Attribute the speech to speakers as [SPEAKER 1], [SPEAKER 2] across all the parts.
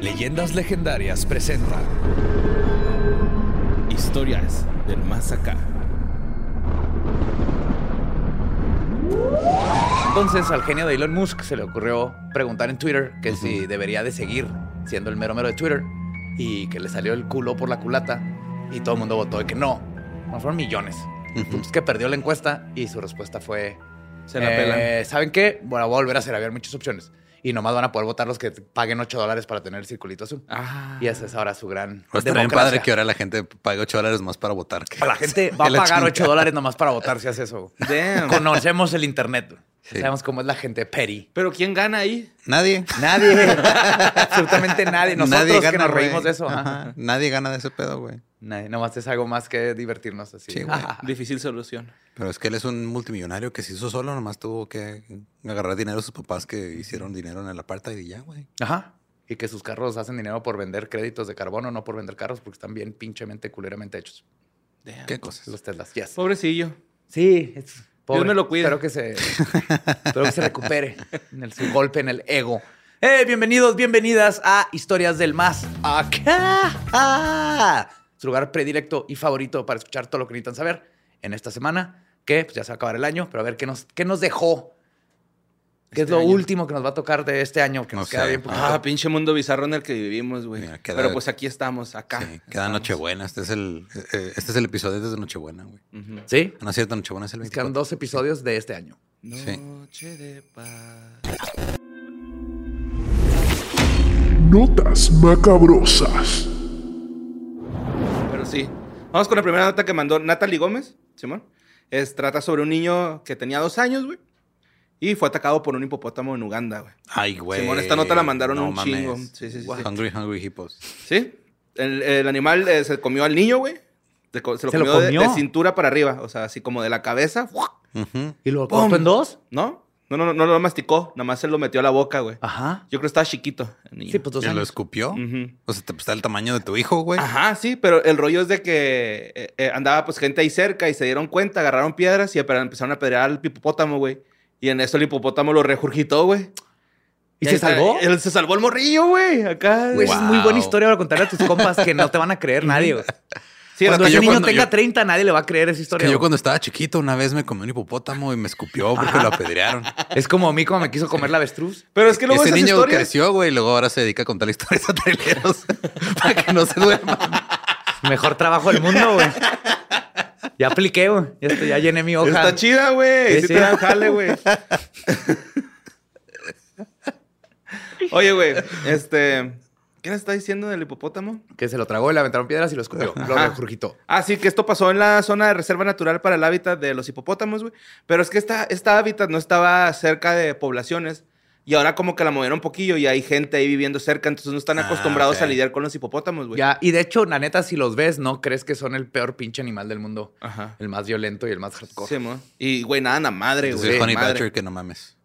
[SPEAKER 1] Leyendas Legendarias presenta
[SPEAKER 2] Historias del más acá.
[SPEAKER 3] Entonces al genio de Elon Musk se le ocurrió preguntar en Twitter que si debería de seguir siendo el mero mero de Twitter y que le salió el culo por la culata y todo el mundo votó de que no. No fueron millones. El punto es que perdió la encuesta y su respuesta fue... eh,
[SPEAKER 2] Se la
[SPEAKER 4] Eh,
[SPEAKER 2] pelan.
[SPEAKER 3] ¿Saben qué? Bueno, voy a volver a hacer, había muchas opciones. Y nomás van a poder votar los que paguen 8 dólares para tener el circulito azul.
[SPEAKER 2] Ah.
[SPEAKER 3] Y esa es ahora su gran...
[SPEAKER 4] Va a estar Pues bien
[SPEAKER 3] democracia.
[SPEAKER 4] padre que ahora la gente pague 8 dólares más para votar. que-
[SPEAKER 3] La gente va a
[SPEAKER 4] la
[SPEAKER 3] pagar 8
[SPEAKER 4] chingada.
[SPEAKER 3] dólares nomás para votar si hace eso.
[SPEAKER 2] Damn.
[SPEAKER 3] Conocemos el internet. güey.
[SPEAKER 4] Sí.
[SPEAKER 3] Sabemos cómo es la gente petty.
[SPEAKER 2] Pero ¿quién gana ahí?
[SPEAKER 4] Nadie.
[SPEAKER 3] Nadie, absolutamente nadie. Nosotros
[SPEAKER 4] nadie gana,
[SPEAKER 3] que nos
[SPEAKER 4] güey.
[SPEAKER 3] reímos de eso. ajá.
[SPEAKER 4] Ajá. Nadie gana de ese pedo, güey.
[SPEAKER 3] Nadie, nomás es algo más que divertirnos así.
[SPEAKER 4] Sí, güey.
[SPEAKER 2] Difícil solución.
[SPEAKER 4] Pero es que él es un multimillonario que se hizo solo, nomás tuvo que agarrar dinero de sus papás que hicieron dinero en el apartheid y ya, güey.
[SPEAKER 3] Ajá. Y que sus carros hacen dinero por vender créditos de carbono, no por vender carros, porque están bien pinchemente, culeramente hechos.
[SPEAKER 2] Damn.
[SPEAKER 4] Qué cosas.
[SPEAKER 3] pues, Los Teslas. Yes.
[SPEAKER 2] Pobrecillo.
[SPEAKER 3] Sí, es pobre.
[SPEAKER 2] Dios me lo cuide.
[SPEAKER 3] Espero que se, espero que se recupere en el- su golpe en el ego. Eh, bienvenidos, bienvenidas a Historias del Más Acá. Su lugar predilecto y favorito para escuchar todo lo que necesitan saber en esta semana, que pues, ya se va a acabar el año, pero a ver qué nos, qué nos dejó. ¿Qué es
[SPEAKER 2] Este
[SPEAKER 3] lo
[SPEAKER 2] año.
[SPEAKER 3] último que nos va a tocar de este año? Que
[SPEAKER 4] No
[SPEAKER 3] nos queda
[SPEAKER 4] sé.
[SPEAKER 3] bien poquito.
[SPEAKER 2] Ah, pinche mundo bizarro en el que vivimos, güey.
[SPEAKER 4] Mira, queda-
[SPEAKER 2] Pero pues aquí estamos, acá.
[SPEAKER 4] Sí, queda Nochebuena. Este es el eh, eh, este es el episodio desde Nochebuena, güey.
[SPEAKER 2] Ujú.
[SPEAKER 3] sí,
[SPEAKER 4] Ah, No es cierto, Nochebuena es el
[SPEAKER 3] nos quedan
[SPEAKER 4] 24.
[SPEAKER 3] dos episodios de este año.
[SPEAKER 4] Sí.
[SPEAKER 2] Noche de paz.
[SPEAKER 5] Notas macabrosas.
[SPEAKER 2] Pero sí. Vamos con la primera nota que mandó Natalie Gómez, Simón. Es, trata sobre un niño que tenía dos años, güey. Y fue atacado por un hipopótamo en Uganda, güey.
[SPEAKER 4] Ay, güey.
[SPEAKER 2] Simón, esta nota la mandaron un chingo.
[SPEAKER 4] Sí,
[SPEAKER 2] Sí, sí, sí, sí.
[SPEAKER 4] Hungry, hungry hippos.
[SPEAKER 2] ¿Sí? El, el animal eh, se comió al niño, güey. De co- Se lo
[SPEAKER 3] ¿Se lo
[SPEAKER 2] comió, de- De,
[SPEAKER 3] comió?
[SPEAKER 2] cintura para arriba. O sea, así como de la cabeza.
[SPEAKER 4] Ujú.
[SPEAKER 3] ¿Y lo
[SPEAKER 2] ¡Pum!
[SPEAKER 3] corto en dos?
[SPEAKER 2] ¿No? No, no, no, no lo masticó. Nada más se lo metió a la boca, güey.
[SPEAKER 3] Ajá.
[SPEAKER 2] Yo creo que estaba chiquito el niño.
[SPEAKER 3] Sí, pues dos
[SPEAKER 4] ¿Y lo
[SPEAKER 3] años.
[SPEAKER 4] escupió?
[SPEAKER 2] Ujú.
[SPEAKER 4] O sea, te- pues, está el tamaño de tu hijo, güey.
[SPEAKER 2] Ajá, sí, pero el rollo es de que eh, eh, andaba pues gente ahí cerca y se dieron cuenta, agarraron piedras y empe- empezaron a pedrear al hipopótamo, güey. Y en eso el hipopótamo lo regurgitó, güey.
[SPEAKER 3] ¿Y
[SPEAKER 2] ahí
[SPEAKER 3] se
[SPEAKER 2] está-
[SPEAKER 3] salvó?
[SPEAKER 2] Él se salvó el morrillo, güey. Acá.
[SPEAKER 3] Güey, esa es muy buena
[SPEAKER 4] Wow.
[SPEAKER 3] historia para contarle a tus compas que no te van a creer nadie. güey.
[SPEAKER 2] Sí,
[SPEAKER 3] cuando
[SPEAKER 2] el
[SPEAKER 3] ese
[SPEAKER 4] yo
[SPEAKER 3] niño
[SPEAKER 4] cuando-
[SPEAKER 3] tenga
[SPEAKER 4] yo-
[SPEAKER 3] 30, nadie le va a creer esa historia.
[SPEAKER 4] Que yo
[SPEAKER 3] güey.
[SPEAKER 4] cuando estaba chiquito una vez me comí un hipopótamo y me escupió porque lo apedrearon.
[SPEAKER 3] Es como a mí como me quiso comer la avestruz.
[SPEAKER 2] Pero es que luego
[SPEAKER 4] Ese
[SPEAKER 2] esas
[SPEAKER 4] niño
[SPEAKER 2] historias-
[SPEAKER 4] creció, güey, y luego ahora se dedica a contar historias a traileros para que no se duerman.
[SPEAKER 3] Mejor trabajo del mundo, güey. Ya apliqué, güey. Ya, estoy- ya llené mi hoja.
[SPEAKER 2] Está chida, güey.
[SPEAKER 3] Sí,
[SPEAKER 2] Sí,
[SPEAKER 3] sí.
[SPEAKER 2] te dan jale, güey. Oye, güey, este. ¿Qué le está diciendo del hipopótamo?
[SPEAKER 3] Que se lo tragó y le aventaron piedras y lo escupió. Lo
[SPEAKER 2] Ajá.
[SPEAKER 3] regurgitó.
[SPEAKER 2] Ah, sí, que esto pasó en la zona de reserva natural para el hábitat de los hipopótamos, güey. Pero es que esta, esta hábitat no estaba cerca de poblaciones. Y ahora como que la movieron un poquillo y hay gente ahí viviendo cerca, entonces no están
[SPEAKER 4] Ah,
[SPEAKER 2] acostumbrados a
[SPEAKER 4] ok.
[SPEAKER 2] lidiar con los hipopótamos, güey.
[SPEAKER 3] Ya, y de hecho, la neta, si los ves, no crees que son el peor pinche animal del mundo.
[SPEAKER 2] Ajá.
[SPEAKER 3] El más violento y el más hardcore.
[SPEAKER 2] Sí, mo. Y, güey, nada, na madre,
[SPEAKER 4] Yo
[SPEAKER 2] güey.
[SPEAKER 4] soy Honey
[SPEAKER 2] madre.
[SPEAKER 4] Badger, que no mames.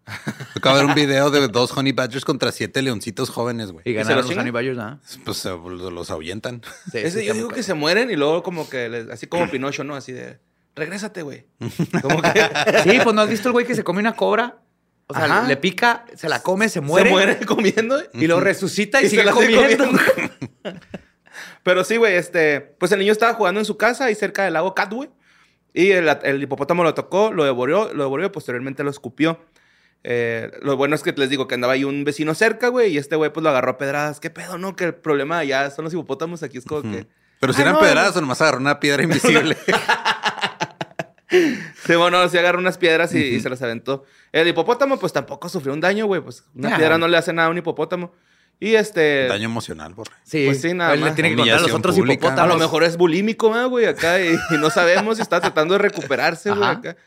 [SPEAKER 4] Acabo de ver un video de dos Honey Badgers contra siete leoncitos jóvenes, güey.
[SPEAKER 3] Y
[SPEAKER 2] se
[SPEAKER 3] ganaron
[SPEAKER 2] los
[SPEAKER 3] los
[SPEAKER 2] chingan?
[SPEAKER 3] animales, ¿no?
[SPEAKER 4] Pues eh, lo- los ahuyentan.
[SPEAKER 3] Sí, sí,
[SPEAKER 2] Ese,
[SPEAKER 3] está
[SPEAKER 2] yo
[SPEAKER 3] muy
[SPEAKER 2] digo que
[SPEAKER 3] cabrón.
[SPEAKER 2] se mueren y luego como que les- así como Pinocho, ¿no? Así de, regrésate, güey. Como que
[SPEAKER 3] Sí, pues no has visto el güey que se come una cobra. O sea,
[SPEAKER 2] Ajá.
[SPEAKER 3] le pica, se la come, se muere.
[SPEAKER 2] se muere comiendo.
[SPEAKER 3] Y lo resucita y,
[SPEAKER 2] Y se
[SPEAKER 3] sigue
[SPEAKER 2] la sigue
[SPEAKER 3] comiendo.
[SPEAKER 2] Pero sí, güey, este, pues el niño estaba jugando en su casa ahí cerca del lago Cat, güey. Y el, el hipopótamo lo tocó, lo devoró, lo devoró y posteriormente lo escupió. Eh, lo bueno es que les digo que andaba ahí un vecino cerca, güey, y este güey pues lo agarró a pedradas. ¿Qué pedo, no? Que el problema ya son los hipopótamos aquí, es como que...
[SPEAKER 4] Pero si
[SPEAKER 2] Ah,
[SPEAKER 4] eran
[SPEAKER 2] no,
[SPEAKER 4] pedradas o nomás agarró una piedra invisible.
[SPEAKER 2] Sí, bueno, sí agarró unas piedras y, y se las aventó. El hipopótamo, pues tampoco sufrió un daño, güey. Pues una
[SPEAKER 3] Nah.
[SPEAKER 2] piedra no le hace nada a un hipopótamo. Y este.
[SPEAKER 4] Daño emocional, borre.
[SPEAKER 3] Sí,
[SPEAKER 2] Pues sí, nada
[SPEAKER 3] Él le
[SPEAKER 2] más.
[SPEAKER 3] tiene que contar a los
[SPEAKER 4] Humillación
[SPEAKER 3] otros
[SPEAKER 4] pública.
[SPEAKER 2] A
[SPEAKER 3] hipopótamos.
[SPEAKER 2] lo mejor es bulímico, ¿ah, güey, acá. Y, y no sabemos si está tratando de recuperarse, güey,
[SPEAKER 3] Ajá.
[SPEAKER 2] acá.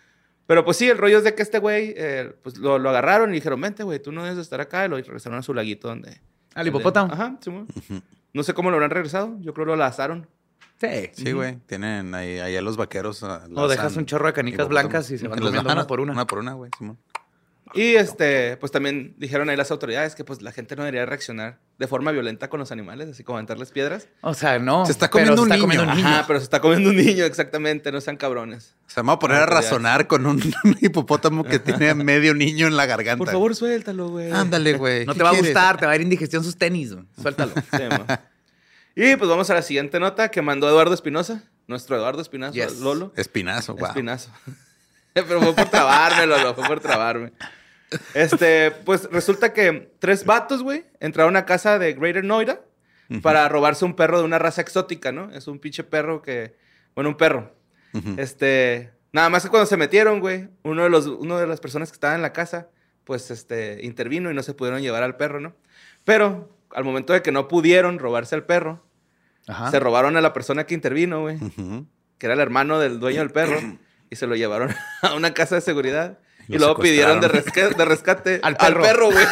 [SPEAKER 2] Pero pues sí, el rollo es de que este güey, eh, pues lo, lo agarraron y dijeron, vente, güey, tú no debes de estar acá. Y lo regresaron a su laguito donde.
[SPEAKER 3] Al hipopótamo.
[SPEAKER 2] Ajá, sí, güey. No sé cómo lo habrán regresado. Yo creo que lo lazaron.
[SPEAKER 3] Sí.
[SPEAKER 4] Sí, güey. Tienen ahí, allá los vaqueros.
[SPEAKER 3] O dejas un chorro de canicas blancas y se van comiendo una por una.
[SPEAKER 4] Una por una, güey. Simón.
[SPEAKER 3] Ah,
[SPEAKER 2] Y este, pues también dijeron ahí las autoridades que pues la gente no debería reaccionar de forma violenta con los animales, así como aventarles piedras.
[SPEAKER 3] O sea, no.
[SPEAKER 4] Se está
[SPEAKER 3] pero
[SPEAKER 4] comiendo un niño.
[SPEAKER 2] Ajá, pero se está comiendo un niño, exactamente, no sean cabrones.
[SPEAKER 4] Se me va a
[SPEAKER 3] Ah,
[SPEAKER 4] poner a razonar con un hipopótamo que tiene a medio niño en la garganta.
[SPEAKER 2] Por favor, suéltalo, güey.
[SPEAKER 4] Ándale, güey.
[SPEAKER 3] No
[SPEAKER 4] ¿qué
[SPEAKER 3] te va a
[SPEAKER 4] quieres?
[SPEAKER 3] gustar, te va a dar indigestión sus tenis. güey. Suéltalo.
[SPEAKER 2] Sí, ma. y pues vamos a la siguiente nota que mandó Eduardo Espinosa, nuestro Eduardo Espinosa,
[SPEAKER 3] Yes.
[SPEAKER 2] Lolo.
[SPEAKER 4] Espinazo, wow.
[SPEAKER 2] Espinazo. Pero fue por trabarme, Lolo, fue por trabarme. Este, pues resulta que tres vatos, güey, entraron a una casa de Greater Noida para robarse un perro de una raza exótica, ¿no? Es un pinche perro que. Bueno, un perro.
[SPEAKER 4] Ujú.
[SPEAKER 2] Este. Nada más que cuando se metieron, güey, uno de los, uno de las personas que estaban en la casa, pues este, intervino y no se pudieron llevar al perro, ¿no? Pero al momento de que no pudieron robarse al perro,
[SPEAKER 3] Ajá.
[SPEAKER 2] se robaron a la persona que intervino, güey
[SPEAKER 4] Ujú.
[SPEAKER 2] que era el hermano del dueño del perro, y se lo llevaron a una casa de seguridad.
[SPEAKER 4] Y
[SPEAKER 2] Y,
[SPEAKER 4] lo
[SPEAKER 2] luego pidieron de, resca- de rescate al perro, güey.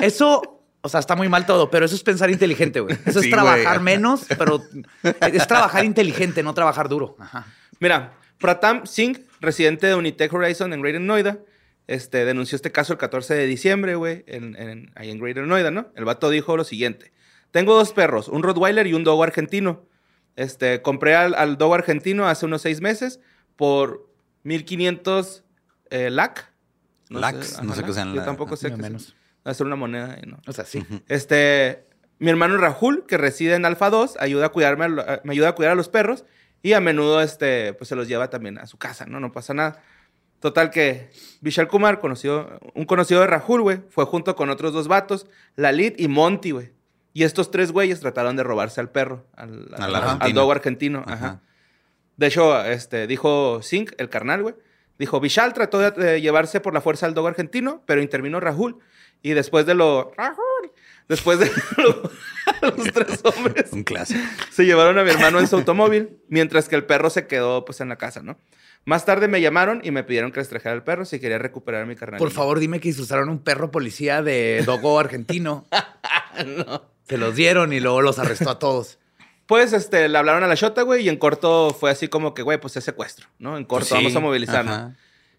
[SPEAKER 3] Eso, o sea, está muy mal todo, pero eso es pensar inteligente, güey. Eso
[SPEAKER 4] Sí,
[SPEAKER 3] es trabajar
[SPEAKER 4] güey.
[SPEAKER 3] menos, pero es trabajar inteligente, no trabajar duro. Ajá.
[SPEAKER 2] Mira, Pratam Singh, residente de Unitech Horizon en Greater Noida, este, denunció este caso el 14 de diciembre, güey, en, en- ahí en Greater Noida, ¿no? El vato dijo lo siguiente. Tengo dos perros, un Rottweiler y un Dogo argentino. Este, compré al, al Dogo argentino hace unos seis meses por 1500 eh, lac.
[SPEAKER 4] Lacs, no sé qué sean
[SPEAKER 2] Yo
[SPEAKER 4] la-
[SPEAKER 2] tampoco sé
[SPEAKER 3] Ni
[SPEAKER 2] qué
[SPEAKER 3] menos.
[SPEAKER 2] sea. Hacer una moneda, eh, ¿no?
[SPEAKER 3] O sea, sí.
[SPEAKER 2] Este, mi hermano Rahul, que reside en Alfa 2, ayuda a cuidarme, a lo- a- me ayuda a cuidar a los perros y a menudo este, pues, se los lleva también a su casa, ¿no? No pasa nada. Total que Vishal Kumar, conocido, un conocido de Rahul, güey, fue junto con otros dos vatos, Lalit y Monty, güey. Y estos tres güeyes trataron de robarse al perro, al,
[SPEAKER 4] Al
[SPEAKER 2] al-
[SPEAKER 4] argentino.
[SPEAKER 2] al dogo argentino.
[SPEAKER 4] Ajá.
[SPEAKER 2] Ajá. De hecho, este, dijo Singh, el carnal, güey. Dijo, Vishal trató de, de llevarse por la fuerza al dogo argentino, pero intervino Rahul. Y después de lo... Rahul. Después de lo- a los tres hombres
[SPEAKER 4] Un clásico.
[SPEAKER 2] se llevaron a mi hermano en su automóvil, mientras que el perro se quedó pues en la casa, ¿no? Más tarde me llamaron y me pidieron que les trajera el perro si quería recuperar a mi carnal.
[SPEAKER 3] Por favor, dime que disfrazaron un perro policía de dogo argentino. Se los dieron y luego los arrestó a todos.
[SPEAKER 2] Pues este, le hablaron a la Shota, güey, y en corto fue así como que, güey, pues es secuestro, ¿no? En corto
[SPEAKER 4] Sí,
[SPEAKER 2] vamos a movilizarnos.
[SPEAKER 4] ajá.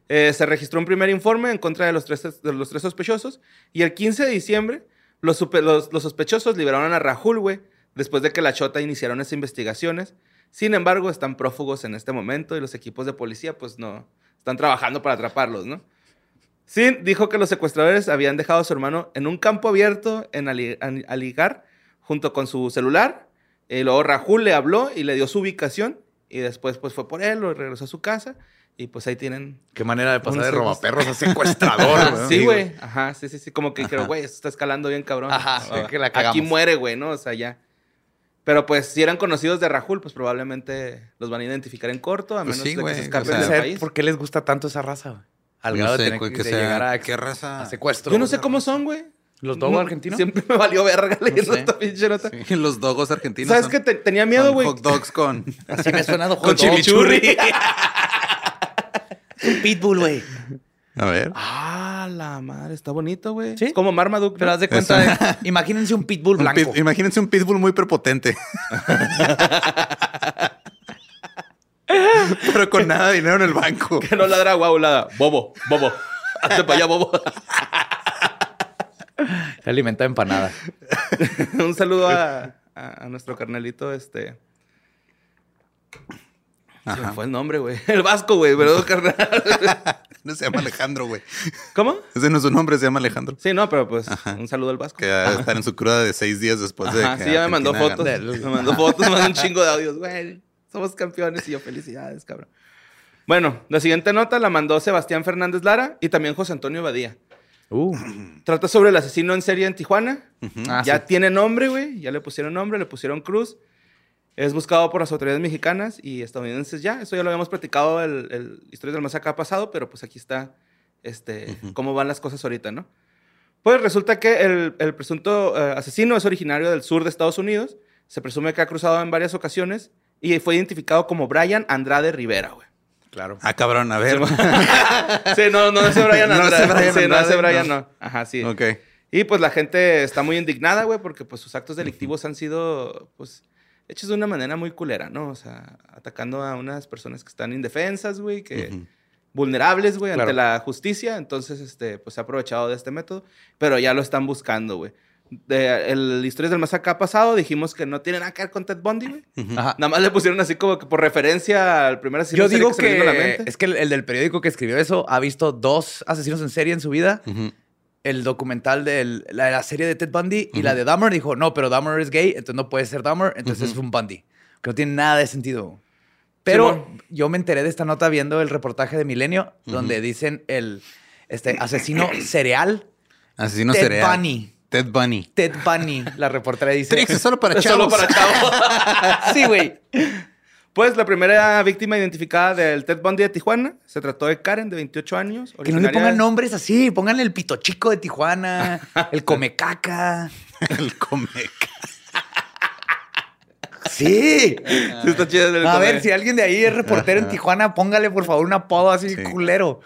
[SPEAKER 2] Eh, se registró un primer informe en contra de los tres, de los tres sospechosos y el 15 de diciembre los, supe- los- los sospechosos liberaron a Rahul, güey, después de que la Chota iniciaron esas investigaciones. Sin embargo, están prófugos en este momento y los equipos de policía, pues no, están trabajando para atraparlos, ¿no? Sin dijo que los secuestradores habían dejado a su hermano en un campo abierto en Ali- An- Aligar junto con su celular. Y luego Rahul le habló y le dio su ubicación y después pues fue por él, lo regresó a su casa y pues ahí tienen
[SPEAKER 3] Qué manera de pasar de
[SPEAKER 2] Unos
[SPEAKER 3] robaperros a secuestrador,
[SPEAKER 2] Ajá,
[SPEAKER 3] güey.
[SPEAKER 2] sí, güey. Ajá, sí, sí, sí. Como que creo, güey, esto está escalando bien cabrón.
[SPEAKER 3] Ajá, sí,
[SPEAKER 2] Ah,
[SPEAKER 3] que la
[SPEAKER 2] Aquí
[SPEAKER 3] cagamos.
[SPEAKER 2] muere, güey, ¿no? O sea, ya. Pero pues si eran conocidos de Rahul, pues probablemente los van a identificar en corto, a
[SPEAKER 4] Pues
[SPEAKER 2] menos
[SPEAKER 4] sí,
[SPEAKER 2] de que
[SPEAKER 4] güey,
[SPEAKER 2] se
[SPEAKER 4] o
[SPEAKER 2] escapen
[SPEAKER 4] sea,
[SPEAKER 3] No
[SPEAKER 2] del
[SPEAKER 3] sé
[SPEAKER 2] país.
[SPEAKER 3] ¿Por qué les gusta tanto esa raza, güey? Al grado
[SPEAKER 4] No
[SPEAKER 3] de
[SPEAKER 4] sé,
[SPEAKER 3] tener
[SPEAKER 4] güey,
[SPEAKER 3] que
[SPEAKER 4] que
[SPEAKER 3] de
[SPEAKER 4] sea-
[SPEAKER 3] llegar a,
[SPEAKER 4] ¿Qué raza?
[SPEAKER 3] a secuestro.
[SPEAKER 2] Yo no sé cómo son, güey.
[SPEAKER 3] ¿Los dogo
[SPEAKER 2] No,
[SPEAKER 3] argentinos?
[SPEAKER 2] Siempre me valió verga leer
[SPEAKER 3] sé.
[SPEAKER 2] esta pinche nota.
[SPEAKER 4] Sí, Los dogos argentinos.
[SPEAKER 2] ¿Sabes
[SPEAKER 4] son-
[SPEAKER 2] qué? Te- tenía miedo,
[SPEAKER 4] son
[SPEAKER 2] güey.
[SPEAKER 4] Hot dogs con.
[SPEAKER 3] Así me suena dogo.
[SPEAKER 4] Con chimichurri.
[SPEAKER 3] Pitbull, güey.
[SPEAKER 4] A ver.
[SPEAKER 2] Ah, la madre, está bonito, güey.
[SPEAKER 3] Sí.
[SPEAKER 2] Es como Marmaduke. ¿no?
[SPEAKER 3] Pero haz de cuenta, eh, de- imagínense un pitbull
[SPEAKER 4] Un
[SPEAKER 3] blanco.
[SPEAKER 4] pit- imagínense un pitbull muy prepotente. Pero con nada de dinero en el banco.
[SPEAKER 2] que no ladra, guau, ladra. Bobo, bobo. Hazte para allá, bobo.
[SPEAKER 3] Se alimenta de empanada.
[SPEAKER 2] Un saludo a, a- a nuestro carnalito, este. Se me
[SPEAKER 4] Ajá.
[SPEAKER 2] fue el nombre, güey. El vasco, güey, ¿verdad, carnal?
[SPEAKER 4] No se llama Alejandro, güey.
[SPEAKER 2] ¿Cómo?
[SPEAKER 4] Ese no es su nombre, se llama Alejandro.
[SPEAKER 2] Sí, no, pero pues un saludo al vasco.
[SPEAKER 4] Que va a estar en su cruda de seis días después de.
[SPEAKER 2] Ajá,
[SPEAKER 4] que
[SPEAKER 2] sí, ya me mandó
[SPEAKER 4] Argentina
[SPEAKER 2] fotos.
[SPEAKER 4] ganó.
[SPEAKER 2] Me mandó fotos, me mandó un chingo de audios, güey. Somos campeones y yo felicidades, cabrón. Bueno, la siguiente nota la mandó Sebastián Fernández Lara y también José Antonio Badía.
[SPEAKER 3] Uh.
[SPEAKER 2] Trata sobre el asesino en serie en Tijuana.
[SPEAKER 3] Ah,
[SPEAKER 2] ya
[SPEAKER 3] sí.
[SPEAKER 2] tiene nombre, güey. Ya le pusieron nombre, le pusieron cruz. Es buscado por las autoridades mexicanas y estadounidenses ya. Eso ya lo habíamos platicado el, el Historias del Más Acá pasado, pero pues aquí está este, cómo van las cosas ahorita, ¿no? Pues resulta que el, el presunto eh, asesino es originario del sur de Estados Unidos. Se presume que ha cruzado en varias ocasiones y fue identificado como Brian Andrade Rivera, güey.
[SPEAKER 3] Claro.
[SPEAKER 4] Ah, cabrón, a ver.
[SPEAKER 2] Sí, no, no ese Brian
[SPEAKER 4] No ese
[SPEAKER 2] Andrade.
[SPEAKER 4] Brian
[SPEAKER 2] sí, no ese
[SPEAKER 4] Andrade,
[SPEAKER 2] Brian,
[SPEAKER 4] no.
[SPEAKER 2] no. Ajá, sí.
[SPEAKER 4] ok.
[SPEAKER 2] Y pues la gente está muy indignada, güey, porque pues sus actos delictivos han sido, pues, hechos de una manera muy culera, ¿no? O sea, atacando a unas personas que están indefensas, güey, que
[SPEAKER 4] Ujú.
[SPEAKER 2] vulnerables, güey, ante
[SPEAKER 3] Claro.
[SPEAKER 2] la justicia. Entonces, este, pues se ha aprovechado de este método, pero ya lo están buscando, güey. De, el Historias del Más Acá pasado dijimos que no tiene nada que ver con Ted Bundy, güey.
[SPEAKER 3] Ajá.
[SPEAKER 2] Nada más le pusieron así como que por referencia al primer asesino
[SPEAKER 3] Ah. Yo
[SPEAKER 2] serial
[SPEAKER 3] digo
[SPEAKER 2] se me
[SPEAKER 3] que,
[SPEAKER 2] vino a la mente.
[SPEAKER 3] es que el, el del periódico que escribió eso ha visto dos asesinos en serie en su vida.
[SPEAKER 4] Ujú.
[SPEAKER 3] El documental de la, la serie de Ted Bundy y la de Dahmer dijo, no, pero Dahmer es gay, entonces no puede ser Dahmer, entonces es un Bundy. Que no tiene nada de sentido. Pero
[SPEAKER 2] Simón.
[SPEAKER 3] yo me enteré de esta nota viendo el reportaje de Milenio, donde dicen el este, asesino cereal,
[SPEAKER 4] Asesino
[SPEAKER 3] Ted
[SPEAKER 4] cereal.
[SPEAKER 3] Bunny.
[SPEAKER 4] Ted Bunny.
[SPEAKER 3] Ted Bunny. La reportera dice...
[SPEAKER 4] Trix es solo para
[SPEAKER 2] Es solo
[SPEAKER 4] chavos.
[SPEAKER 2] para chavos.
[SPEAKER 3] sí, güey.
[SPEAKER 2] pues la primera víctima identificada del Ted Bundy de Tijuana se trató de Karen, de 28 años.
[SPEAKER 3] Que no le
[SPEAKER 2] originaria-
[SPEAKER 3] pongan nombres así, pónganle el pito chico de Tijuana, el comecaca.
[SPEAKER 4] El comeca.
[SPEAKER 3] Sí.
[SPEAKER 2] Sí, está chido el
[SPEAKER 3] A
[SPEAKER 2] nombre.
[SPEAKER 3] ver, si alguien de ahí es reportero en Tijuana, póngale por favor un apodo así
[SPEAKER 4] Sí.
[SPEAKER 3] culero.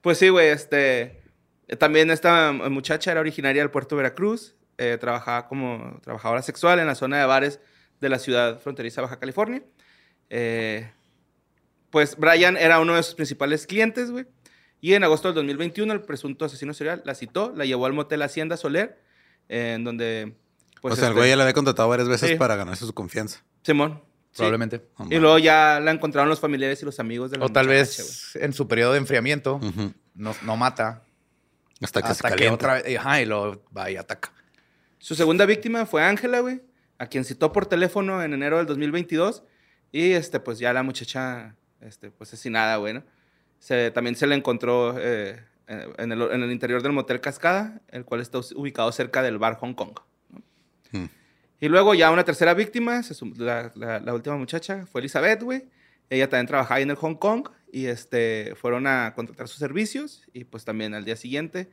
[SPEAKER 2] Pues sí, güey, este... eh, También esta eh, muchacha era originaria del puerto de Veracruz. eh, trabajaba como trabajadora sexual en la zona de bares de la ciudad fronteriza de Baja California. Eh, pues Brian era uno de sus principales clientes, güey. Y en agosto del 2021 el presunto asesino serial la citó, la llevó al motel Hacienda Soler, eh, en donde... Pues,
[SPEAKER 4] o sea, el
[SPEAKER 2] este,
[SPEAKER 4] güey ya la había contratado varias veces
[SPEAKER 2] Sí.
[SPEAKER 4] para ganarse su confianza.
[SPEAKER 2] Simón. sí.
[SPEAKER 3] Probablemente.
[SPEAKER 4] No
[SPEAKER 2] Y
[SPEAKER 4] mames.
[SPEAKER 2] luego ya la encontraron los familiares y los amigos de la
[SPEAKER 3] O tal
[SPEAKER 2] muchacha, güey.
[SPEAKER 3] vez en su periodo de enfriamiento
[SPEAKER 4] Ujú.
[SPEAKER 3] no, no mata.
[SPEAKER 4] Hasta que se
[SPEAKER 3] hasta que
[SPEAKER 4] calienta.
[SPEAKER 3] otra vez. Ajá, y lo va y ataca.
[SPEAKER 2] Su segunda víctima fue Ángela, güey, a quien citó por teléfono en enero del 2022 y este pues ya la muchacha este pues asesinada, güey, ¿no? Se, también se la encontró eh, eh, en, el, en el interior del motel Cascada, el cual está us- ubicado cerca del bar Hong Kong. ¿no?
[SPEAKER 4] Mm.
[SPEAKER 2] Y luego ya una tercera víctima, se sum- la, la- la última muchacha, fue Elizabeth, güey. Ella también trabajaba ahí en el Hong Kong y este, fueron a contratar sus servicios y pues también al día siguiente,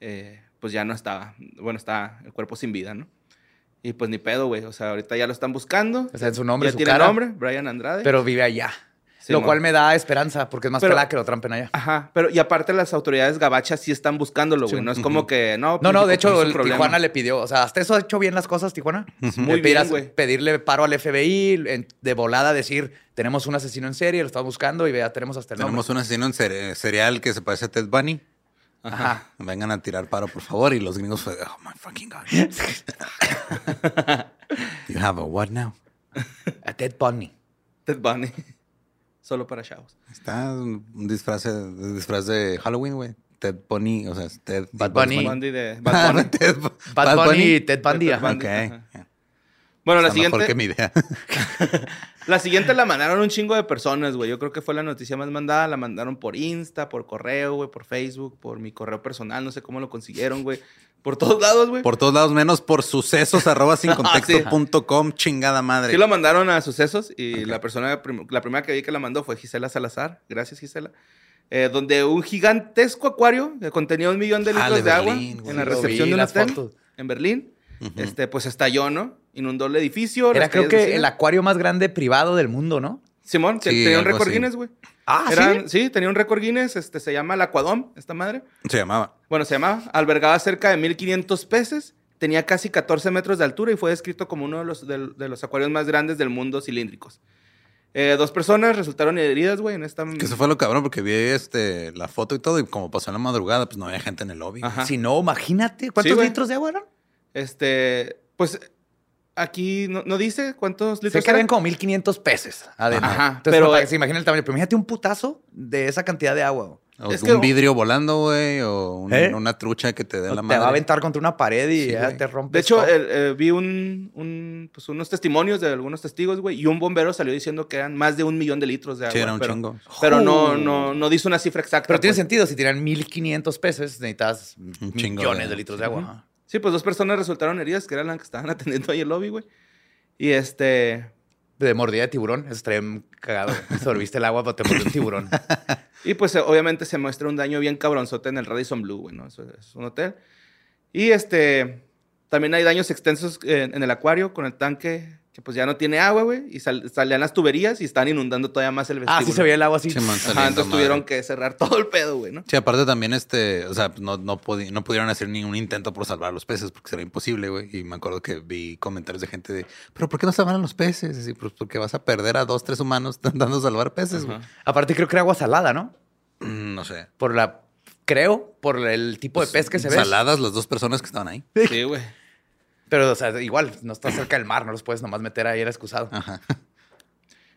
[SPEAKER 2] eh, pues ya no estaba, bueno, estaba el cuerpo sin vida, ¿no? Y pues ni pedo, güey. O sea, ahorita ya lo están buscando.
[SPEAKER 3] O sea, en su nombre,
[SPEAKER 2] ya
[SPEAKER 3] su
[SPEAKER 2] tiene
[SPEAKER 3] cara.
[SPEAKER 2] nombre, Brian Andrade.
[SPEAKER 3] Pero vive allá.
[SPEAKER 2] Sí,
[SPEAKER 3] lo
[SPEAKER 2] mo.
[SPEAKER 3] cual me da esperanza porque es más
[SPEAKER 2] Pero-
[SPEAKER 3] pelada que lo trampen allá.
[SPEAKER 2] Ajá, pero y aparte las autoridades gabachas sí están buscándolo, güey.
[SPEAKER 3] Sí.
[SPEAKER 2] No es como que no.
[SPEAKER 3] No,
[SPEAKER 2] pues,
[SPEAKER 3] no,
[SPEAKER 2] dijo
[SPEAKER 3] de
[SPEAKER 2] que es
[SPEAKER 3] hecho,
[SPEAKER 2] un
[SPEAKER 3] el
[SPEAKER 2] problema.
[SPEAKER 3] Tijuana le pidió, o sea, hasta eso ha hecho bien las cosas, Tijuana.
[SPEAKER 2] Muy
[SPEAKER 3] Le pidas-
[SPEAKER 2] bien, güey.
[SPEAKER 3] Pedirle paro al FBI, en- de volada decir, tenemos un asesino en serie, lo estamos buscando y vea, tenemos hasta el
[SPEAKER 4] Tenemos un asesino en cere- cereal que se parece a Ted Bunny.
[SPEAKER 3] nombre. Ajá.
[SPEAKER 4] Vengan a tirar paro, por favor. Y los gringos fue, oh my fucking God. you have a what now?
[SPEAKER 3] A Ted Bunny.
[SPEAKER 2] Ted Bundy. Solo para chavos.
[SPEAKER 4] Está un disfraz, de- disfraz de Halloween, güey. Ted Bunny, o sea, es Ted
[SPEAKER 3] Bad
[SPEAKER 4] Bunny.
[SPEAKER 3] Bunny.
[SPEAKER 2] Bundy de Bad Bunny.
[SPEAKER 4] Ted Bu-
[SPEAKER 3] Bad,
[SPEAKER 4] Bad
[SPEAKER 3] Bunny y Ted Bundy.
[SPEAKER 2] Ted
[SPEAKER 3] ajá.
[SPEAKER 4] Ok.
[SPEAKER 2] Bundy. Ajá.
[SPEAKER 4] Está
[SPEAKER 2] Bueno, la
[SPEAKER 4] mejor que
[SPEAKER 2] siguiente,
[SPEAKER 4] mi idea.
[SPEAKER 2] la siguiente la mandaron un chingo de personas, güey. Yo creo que fue la noticia más mandada. La mandaron por Insta, por correo, güey, por Facebook, por mi correo personal. No sé cómo lo consiguieron, güey. Por todos lados, güey.
[SPEAKER 4] Por todos lados, menos por sucesos arroba sin contexto punto com, chingada madre.
[SPEAKER 2] Sí lo mandaron a sucesos y la persona, prim- la primera que vi que la mandó fue Gisela Salazar. Gracias, Gisela. Eh, donde un gigantesco acuario que contenía un millón de
[SPEAKER 4] Ah,
[SPEAKER 2] litros de,
[SPEAKER 4] de
[SPEAKER 2] agua
[SPEAKER 4] Berlín, güey.
[SPEAKER 2] en la
[SPEAKER 3] Sí, lo
[SPEAKER 2] recepción
[SPEAKER 3] vi,
[SPEAKER 2] de un
[SPEAKER 3] las
[SPEAKER 2] hotel
[SPEAKER 3] fotos.
[SPEAKER 2] en Berlín, este, pues estalló, ¿no? Inundó el edificio.
[SPEAKER 3] Era
[SPEAKER 2] las
[SPEAKER 3] creo
[SPEAKER 2] calles
[SPEAKER 3] que
[SPEAKER 2] vecinas.
[SPEAKER 3] el acuario más grande privado del mundo, ¿no?
[SPEAKER 2] Simón, te-
[SPEAKER 4] Sí,
[SPEAKER 2] tenía un
[SPEAKER 4] algo
[SPEAKER 2] récord
[SPEAKER 4] así.
[SPEAKER 2] Guinness, güey.
[SPEAKER 3] Ah,
[SPEAKER 2] Eran- sí, tenía un récord Guinness, este, se llama el Aquadom, esta madre.
[SPEAKER 4] Se llamaba.
[SPEAKER 2] Bueno, se llamaba, albergaba cerca de 1500 peces, tenía casi 14 metros de altura y fue descrito como uno de los, de, de los acuarios más grandes del mundo cilíndricos. Eh, dos personas resultaron heridas, güey, en esta...
[SPEAKER 4] Que eso fue lo cabrón, porque vi este, la foto y todo, y como pasó en la madrugada, pues no había gente en el lobby.
[SPEAKER 2] Ajá.
[SPEAKER 3] Si no, imagínate. ¿Cuántos
[SPEAKER 2] Sí, güey.
[SPEAKER 3] litros de agua eran?
[SPEAKER 2] Este, pues aquí no, no dice cuántos litros...
[SPEAKER 3] Sé que eran
[SPEAKER 2] eran.
[SPEAKER 3] como 1500 peces adentro.
[SPEAKER 2] Ajá,
[SPEAKER 3] Entonces,
[SPEAKER 2] pero- eh
[SPEAKER 3] pero se imagina el tamaño. Pero imagínate un putazo de esa cantidad de agua. güey.
[SPEAKER 4] O
[SPEAKER 2] Es
[SPEAKER 4] un
[SPEAKER 2] que-
[SPEAKER 4] vidrio volando, güey, o un-
[SPEAKER 3] oh. ¿Eh?
[SPEAKER 4] una trucha que te dé
[SPEAKER 3] O
[SPEAKER 4] la
[SPEAKER 3] te
[SPEAKER 4] madre.
[SPEAKER 3] va a aventar contra una pared y
[SPEAKER 4] Sí,
[SPEAKER 3] ya
[SPEAKER 4] güey.
[SPEAKER 3] te rompes.
[SPEAKER 2] De hecho,
[SPEAKER 3] todo.
[SPEAKER 2] el- eh, vi un, un, pues, unos testimonios de algunos testigos, güey, y un bombero salió diciendo que eran más de un millón de litros de agua.
[SPEAKER 4] Sí, era un
[SPEAKER 2] pero,
[SPEAKER 4] chingo.
[SPEAKER 2] Pero no,
[SPEAKER 3] ¡Ju!
[SPEAKER 2] no, no dice una cifra exacta.
[SPEAKER 3] Pero tiene
[SPEAKER 2] pues.
[SPEAKER 3] sentido. Si tiran 1500 peces, necesitas
[SPEAKER 4] chingo
[SPEAKER 3] millones
[SPEAKER 4] de-
[SPEAKER 3] de litros de agua. ajá.
[SPEAKER 2] Sí, pues dos personas resultaron heridas, que eran las que estaban atendiendo ahí el lobby, güey. Y este...
[SPEAKER 3] De mordida de tiburón, eso estaría cagado. Sorbiste el agua, pero te mordió un tiburón.
[SPEAKER 2] Y pues eh, obviamente se muestra un daño bien cabronzote en el Radisson Blue, güey, ¿no? Eso es un hotel. Y este, también hay daños extensos eh, en el acuario con el tanque que pues ya no tiene agua, güey, y sal- salían las tuberías y están inundando todavía más el vestíbulo.
[SPEAKER 3] ah, sí se veía el agua así.
[SPEAKER 4] Simón,
[SPEAKER 2] Ajá,
[SPEAKER 4] saliendo,
[SPEAKER 2] entonces
[SPEAKER 4] madre.
[SPEAKER 2] tuvieron que cerrar todo el pedo, güey, ¿no?
[SPEAKER 4] Sí, aparte también, este, o sea, pues, no, no, pudi- no pudieron hacer ningún intento por salvar a los peces porque sería imposible, güey. Y me acuerdo que vi comentarios de gente de, pero ¿por qué no salvan a los peces? Y así, pues porque vas a perder a dos, tres humanos tratando de salvar peces, güey.
[SPEAKER 2] Ajá.
[SPEAKER 3] Aparte creo que era agua salada, ¿no?
[SPEAKER 4] Mm, No sé. Pues,
[SPEAKER 3] Por la, creo, por el tipo de Pues, pez que se ve.
[SPEAKER 4] Saladas las dos personas que estaban ahí.
[SPEAKER 2] Sí, güey.
[SPEAKER 3] Pero, o sea, igual, no está cerca del mar, no los puedes nomás meter ahí, era excusado.
[SPEAKER 4] Ajá.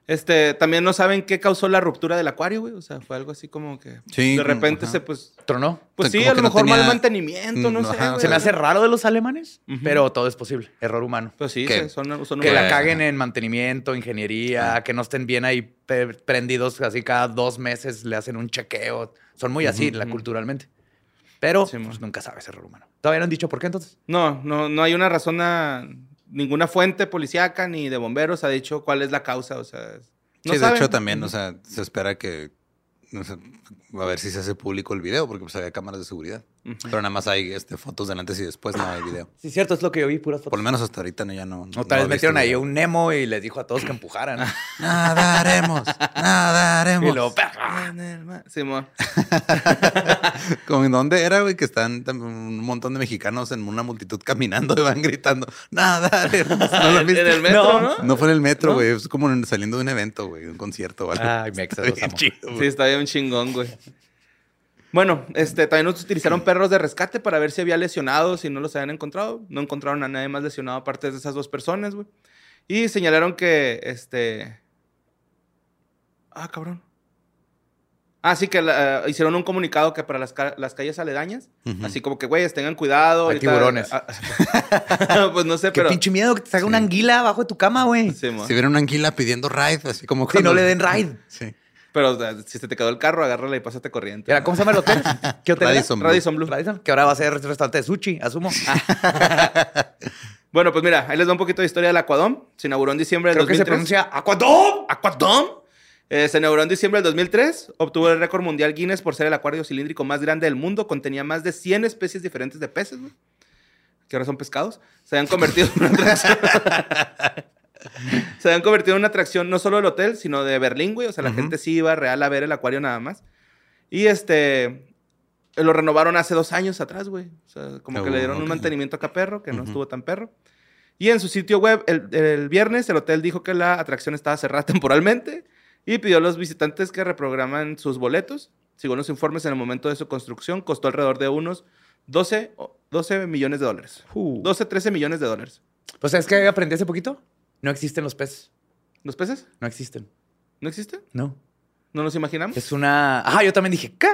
[SPEAKER 2] Este, también no saben qué causó la ruptura del acuario, güey. O sea, fue algo así como que
[SPEAKER 4] Sí,
[SPEAKER 2] de
[SPEAKER 4] como-
[SPEAKER 2] repente
[SPEAKER 4] ajá.
[SPEAKER 2] se pues
[SPEAKER 3] Tronó.
[SPEAKER 2] pues
[SPEAKER 4] O sea,
[SPEAKER 2] sí,
[SPEAKER 4] como
[SPEAKER 2] a lo
[SPEAKER 4] que no
[SPEAKER 2] mejor mal
[SPEAKER 4] tenía-
[SPEAKER 2] mantenimiento, no
[SPEAKER 4] Mm,
[SPEAKER 2] sé.
[SPEAKER 4] ajá,
[SPEAKER 2] güey.
[SPEAKER 3] Se me hace raro de los alemanes,
[SPEAKER 2] Ujú.
[SPEAKER 3] pero todo es posible. Error humano.
[SPEAKER 2] Pues sí,
[SPEAKER 4] que-
[SPEAKER 2] se- son son
[SPEAKER 3] Que la
[SPEAKER 2] humanos.
[SPEAKER 3] caguen en mantenimiento, ingeniería, que no estén bien ahí pe- prendidos, así cada dos meses le hacen un chequeo. Son muy así, la,
[SPEAKER 2] ujú.
[SPEAKER 3] culturalmente. Pero
[SPEAKER 2] Sí,
[SPEAKER 3] pues,
[SPEAKER 2] mon.
[SPEAKER 3] nunca sabes error humano. Todavía no han dicho por qué entonces.
[SPEAKER 2] No, no no hay una razón a ninguna fuente policíaca ni de bomberos ha dicho cuál es la causa, o sea, no
[SPEAKER 4] sí,
[SPEAKER 2] saben.
[SPEAKER 4] de hecho también, o sea, se espera que... o sea, a ver si se hace público el video, porque pues había cámaras de seguridad.
[SPEAKER 2] Ujú.
[SPEAKER 4] Pero nada más hay este, fotos del antes y después, no hay video.
[SPEAKER 3] Sí, cierto, es lo que yo vi, puras
[SPEAKER 4] Por lo
[SPEAKER 3] fotos.
[SPEAKER 4] menos hasta ahorita no, ya no... no
[SPEAKER 3] O tal vez
[SPEAKER 4] he visto
[SPEAKER 3] metieron
[SPEAKER 4] el
[SPEAKER 3] ahí
[SPEAKER 4] video.
[SPEAKER 3] un Nemo y les dijo a todos que empujaran.
[SPEAKER 4] Nadaremos, nadaremos.
[SPEAKER 3] y luego,
[SPEAKER 2] Ah, en el mar. Simón.
[SPEAKER 4] ¿Con dónde era, güey? Que están tam- un montón de mexicanos en una multitud caminando y van gritando, nadaremos. ¿No lo
[SPEAKER 2] En-
[SPEAKER 4] viste?
[SPEAKER 2] en el metro, ¿no? Ah,
[SPEAKER 4] No fue en el metro, güey. Es como en- saliendo de un evento, güey. de Un concierto o algo.
[SPEAKER 3] Ay, me
[SPEAKER 4] Está bien chido,
[SPEAKER 2] Sí,
[SPEAKER 4] güey.
[SPEAKER 2] está bien chingón, güey. Bueno, este, también nos utilizaron perros de rescate para ver si había lesionados y no los habían encontrado. No encontraron a nadie más lesionado aparte de esas dos personas, güey. Y señalaron que, este... Ah, cabrón. Ah, sí, que la- eh, hicieron un comunicado que para las, ca- las calles aledañas,
[SPEAKER 4] Ujú.
[SPEAKER 2] así como que, güeyes, tengan cuidado.
[SPEAKER 3] Hay
[SPEAKER 2] ahorita-
[SPEAKER 3] tiburones.
[SPEAKER 2] Ah, pues no sé,
[SPEAKER 3] Qué
[SPEAKER 2] pero...
[SPEAKER 3] pinche miedo que te salga una
[SPEAKER 4] Sí.
[SPEAKER 3] anguila abajo de tu cama, güey.
[SPEAKER 2] Sí, mo.
[SPEAKER 4] Si vieron una anguila pidiendo ride, así como
[SPEAKER 3] Que no le den ride.
[SPEAKER 4] Sí.
[SPEAKER 2] Pero o sea, si se te quedó el carro, agárrala y pásate corriente.
[SPEAKER 3] Mira, ¿Cómo se llama el hotel? ¿Qué hotel? era?
[SPEAKER 4] Radisson Blue.
[SPEAKER 2] Radisson Blue.
[SPEAKER 3] Radisson, que ahora va a ser restaurante de sushi, asumo. Ah,
[SPEAKER 2] Bueno, pues mira, ahí les da un poquito de historia del Aquadom. Se inauguró en diciembre del
[SPEAKER 3] Creo que se
[SPEAKER 2] 2003.
[SPEAKER 3] pronuncia Aquadom.
[SPEAKER 2] Aquadom. Eh, se inauguró en diciembre del 2003. Obtuvo el récord mundial Guinness por ser el acuario cilíndrico más grande del mundo. Contenía más de 100 especies diferentes de peces, güey. Que ahora son pescados. Se han convertido en una atracción. se han convertido en una atracción no solo del hotel, sino de Berlín, güey. O sea, la gente sí iba real a ver el acuario nada más. Y este. Lo renovaron hace dos años atrás, güey. O sea, como
[SPEAKER 3] Ah,
[SPEAKER 2] que le dieron un
[SPEAKER 4] Ok.
[SPEAKER 2] mantenimiento acá perro, que no
[SPEAKER 4] Ujú.
[SPEAKER 2] estuvo tan perro. Y en su sitio web, el, el viernes, el hotel dijo que la atracción estaba cerrada temporalmente y pidió a los visitantes que reprograman sus boletos. Según los informes, en el momento de su construcción costó alrededor de unos 12, o- 12 millones de dólares.
[SPEAKER 3] Uh.
[SPEAKER 2] 12, 13 millones de dólares.
[SPEAKER 3] Pues es que aprendí hace poquito. No existen los peces.
[SPEAKER 2] ¿Los peces?
[SPEAKER 3] No existen.
[SPEAKER 2] ¿No existen?
[SPEAKER 3] No.
[SPEAKER 2] ¿No los imaginamos?
[SPEAKER 3] Es una. Ah, yo también dije, ¿qué?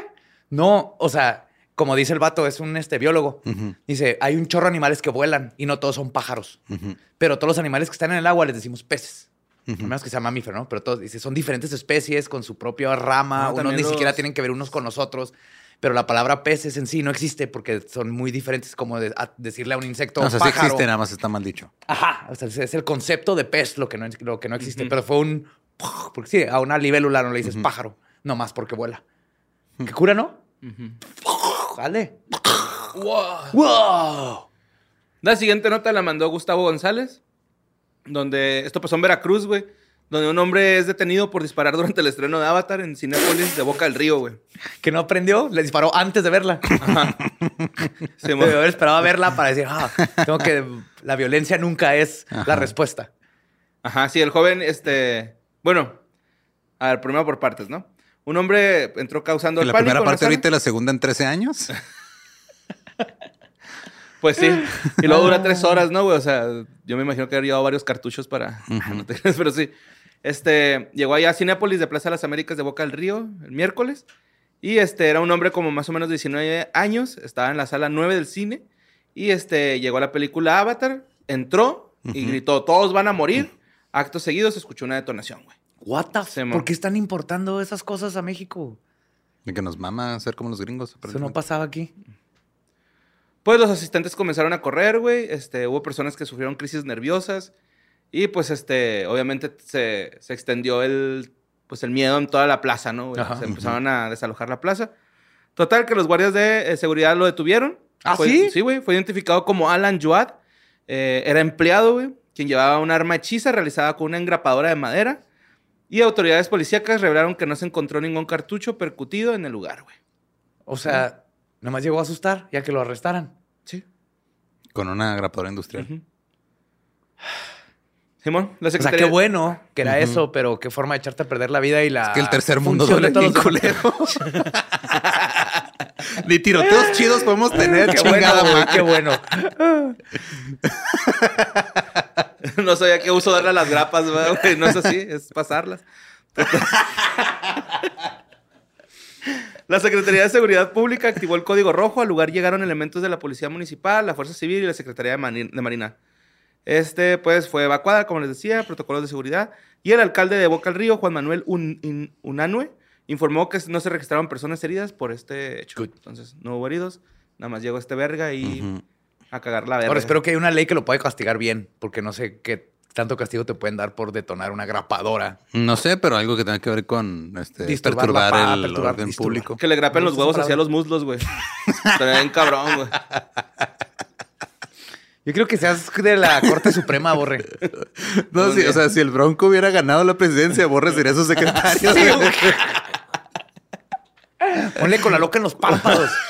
[SPEAKER 3] No, o sea, como dice el vato, es un este, biólogo.
[SPEAKER 4] Ujú,
[SPEAKER 3] Dice, hay un chorro de animales que vuelan y no todos son pájaros.
[SPEAKER 4] ujú,
[SPEAKER 3] Pero todos los animales que están en el agua les decimos peces. A
[SPEAKER 4] ujú.
[SPEAKER 3] menos que sea mamífero, ¿no? Pero todos, dice, son diferentes especies con su propia rama.
[SPEAKER 2] Ah,
[SPEAKER 3] unos
[SPEAKER 2] también
[SPEAKER 3] ni
[SPEAKER 2] los-
[SPEAKER 3] siquiera tienen que ver unos con nosotros. Pero la palabra peces en sí no existe porque son muy diferentes como de- a- decirle a un insecto
[SPEAKER 4] No, o sea, sí
[SPEAKER 3] pájaro.
[SPEAKER 4] existe, nada más está mal dicho.
[SPEAKER 3] Ajá, o sea, es el concepto de pez lo que no, lo que no existe, pero fue un... Porque sí, a una libélula no le dices pájaro, nomás porque vuela. ¿Qué cura, no? Jale. ¡Wow!
[SPEAKER 2] La siguiente nota la mandó Gustavo González, donde esto pasó en Veracruz, güey, donde un hombre es detenido por disparar durante el estreno de Avatar en Cinépolis de Boca del Río, güey.
[SPEAKER 3] Que no aprendió, le disparó antes de verla.
[SPEAKER 2] Se mo-
[SPEAKER 3] Debe haber esperado a verla para decir, ah, tengo que... La violencia nunca es la respuesta.
[SPEAKER 2] Ajá, sí, el joven, este. Bueno, a ver, primero por partes, ¿no? Un hombre entró causando
[SPEAKER 4] Que
[SPEAKER 2] el
[SPEAKER 4] La
[SPEAKER 2] pánico.
[SPEAKER 4] primera
[SPEAKER 2] en la
[SPEAKER 4] parte
[SPEAKER 2] sala.
[SPEAKER 4] ahorita y la segunda en 13 años.
[SPEAKER 2] Pues sí. Y luego dura tres horas, ¿no, güey? O sea, yo me imagino que había llevado varios cartuchos para. Ah, No te creas, pero sí. Este, llegó allá a Cinépolis de Plaza de las Américas de Boca del Río el miércoles. Y este, era un hombre como más o menos de 19 años. Estaba en la sala 9 del cine. Y este, llegó a la película Avatar, entró y
[SPEAKER 4] Ujú.
[SPEAKER 2] gritó: Todos van a morir. Acto seguido se escuchó una detonación, güey.
[SPEAKER 3] What the...
[SPEAKER 2] Sí, mo.
[SPEAKER 3] ¿Por qué están importando esas cosas a México?
[SPEAKER 4] De que nos mama ser como los gringos.
[SPEAKER 3] Eso no pasaba aquí.
[SPEAKER 2] Pues los asistentes comenzaron a correr, güey. Este, hubo personas que sufrieron crisis nerviosas. Y pues, este, obviamente se, se extendió el, pues, el miedo en toda la plaza, ¿no? güey?
[SPEAKER 3] Ajá.
[SPEAKER 2] Se empezaron a desalojar la plaza. Total, que los guardias de eh, seguridad lo detuvieron.
[SPEAKER 3] ¿Ah,
[SPEAKER 2] Fue-
[SPEAKER 3] sí?
[SPEAKER 2] Sí, güey. Fue identificado como Alan Joad. Eh, era empleado, güey, quien llevaba un arma hechiza realizada con una engrapadora de madera. Y autoridades policíacas revelaron que no se encontró ningún cartucho percutido en el lugar, güey.
[SPEAKER 3] O sea, nomás llegó a asustar ya que lo arrestaran.
[SPEAKER 2] Sí.
[SPEAKER 4] Con una grapadora industrial.
[SPEAKER 2] Ujú. Simón, la
[SPEAKER 3] O sea, qué
[SPEAKER 2] secretaría.
[SPEAKER 3] bueno que era eso, pero qué forma de echarte a perder la vida y la.
[SPEAKER 4] que el tercer mundo
[SPEAKER 3] función
[SPEAKER 4] duele bien
[SPEAKER 3] de todos los-
[SPEAKER 4] culero. Ni tiroteos chidos podemos tener,
[SPEAKER 3] Qué bueno,
[SPEAKER 4] chingada
[SPEAKER 3] güey,
[SPEAKER 4] madre.
[SPEAKER 3] qué bueno.
[SPEAKER 2] no sabía qué uso darle a las grapas, ¿verdad, güey. No es así, es pasarlas. La Secretaría de Seguridad Pública activó el código rojo. Al lugar llegaron elementos de la Policía Municipal, la Fuerza Civil y la Secretaría de, Mani- de Marina. Este, pues, fue evacuada, como les decía, protocolos de seguridad. Y el alcalde de Boca al Río, Juan Manuel Un- In- Unanue, informó que no se registraron personas heridas por este hecho.
[SPEAKER 3] Good.
[SPEAKER 2] Entonces, no hubo heridos. Nada más llegó este verga y
[SPEAKER 4] Ujú.
[SPEAKER 2] a cagar la verga.
[SPEAKER 3] Ahora espero que haya una ley que lo pueda castigar bien, porque no sé qué tanto castigo te pueden dar por detonar una grapadora.
[SPEAKER 4] No sé, pero algo que tenga que ver con este,
[SPEAKER 3] Disturbar la
[SPEAKER 4] perturbar
[SPEAKER 3] paz,
[SPEAKER 4] el
[SPEAKER 3] perturbar-
[SPEAKER 4] orden
[SPEAKER 3] disturbar.
[SPEAKER 4] público.
[SPEAKER 2] Que le
[SPEAKER 3] Me
[SPEAKER 2] grapen los
[SPEAKER 3] gusta
[SPEAKER 2] huevos
[SPEAKER 3] esa
[SPEAKER 2] hacia
[SPEAKER 3] palabra.
[SPEAKER 2] los muslos, güey. Estaría bien cabrón, güey.
[SPEAKER 3] Yo creo que seas de la Corte Suprema, Borre.
[SPEAKER 4] No, sí, o sea, si el Bronco hubiera ganado la presidencia, Borre sería su secretario.
[SPEAKER 3] Sí,
[SPEAKER 4] güey.
[SPEAKER 3] güey. Ponle con la loca en los párpados.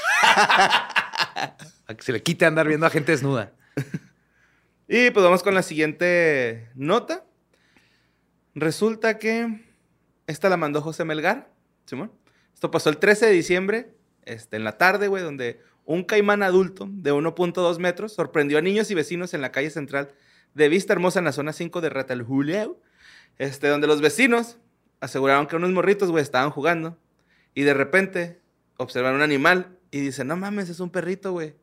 [SPEAKER 3] A que se le quite andar viendo a gente desnuda.
[SPEAKER 2] Y pues vamos con la siguiente nota. Resulta que esta la mandó José Melgar. Simón. Esto pasó el 13 de diciembre, este, en la tarde, güey, donde un caimán adulto de 1.2 metros sorprendió a niños y vecinos en la calle central de Vista Hermosa, en la zona 5 de Ratalhuleu, este, donde los vecinos aseguraron que unos morritos, güey, estaban jugando y de repente observaron un animal y dicen, no mames, es un perrito, güey.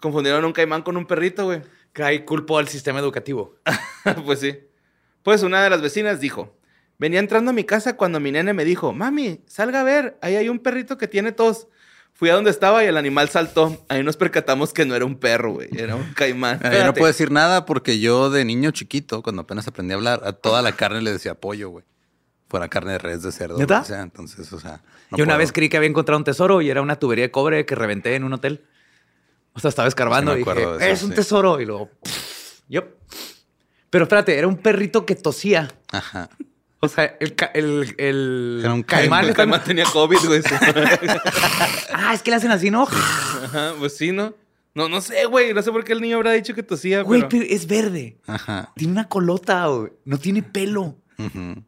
[SPEAKER 2] Confundieron un caimán con un perrito, güey.
[SPEAKER 3] Cae culpo al sistema educativo.
[SPEAKER 2] pues sí. Pues una de las vecinas dijo, venía entrando a mi casa cuando mi nene me dijo, mami, salga a ver, ahí hay un perrito que tiene tos. Fui a donde estaba y el animal saltó. Ahí nos percatamos que no era un perro, güey, era un caimán.
[SPEAKER 4] Ah, Yo no puedo decir nada porque yo de niño chiquito, cuando apenas aprendí a hablar, a toda la carne le decía pollo, güey. Fuera carne de res, de cerdo, lo
[SPEAKER 3] ¿Neta?
[SPEAKER 4] que sea. Entonces, o sea, no
[SPEAKER 3] Yo una
[SPEAKER 4] puedo.
[SPEAKER 3] vez creí que había encontrado un tesoro y era una tubería de cobre que reventé en un hotel. O sea, estaba escarbando
[SPEAKER 4] Sí, me
[SPEAKER 3] y dije,
[SPEAKER 4] acuerdo de eso,
[SPEAKER 3] es un
[SPEAKER 4] sí.
[SPEAKER 3] tesoro. Y luego, pff, yup. Pero espérate, era un perrito que tosía.
[SPEAKER 4] Ajá.
[SPEAKER 3] O sea, el, ca- el, el
[SPEAKER 4] Era un
[SPEAKER 3] caimán.
[SPEAKER 4] caimán.
[SPEAKER 2] El caimán tenía COVID, güey. sí.
[SPEAKER 3] Ah, es que le hacen así, ¿no?
[SPEAKER 2] Ajá, pues sí, ¿no? No, no sé, güey. No sé por qué el niño habrá dicho que tosía,
[SPEAKER 3] Güey,
[SPEAKER 2] pero...
[SPEAKER 3] pero es verde.
[SPEAKER 4] Ajá.
[SPEAKER 3] Tiene una colota, güey. No tiene pelo.
[SPEAKER 4] Ujú.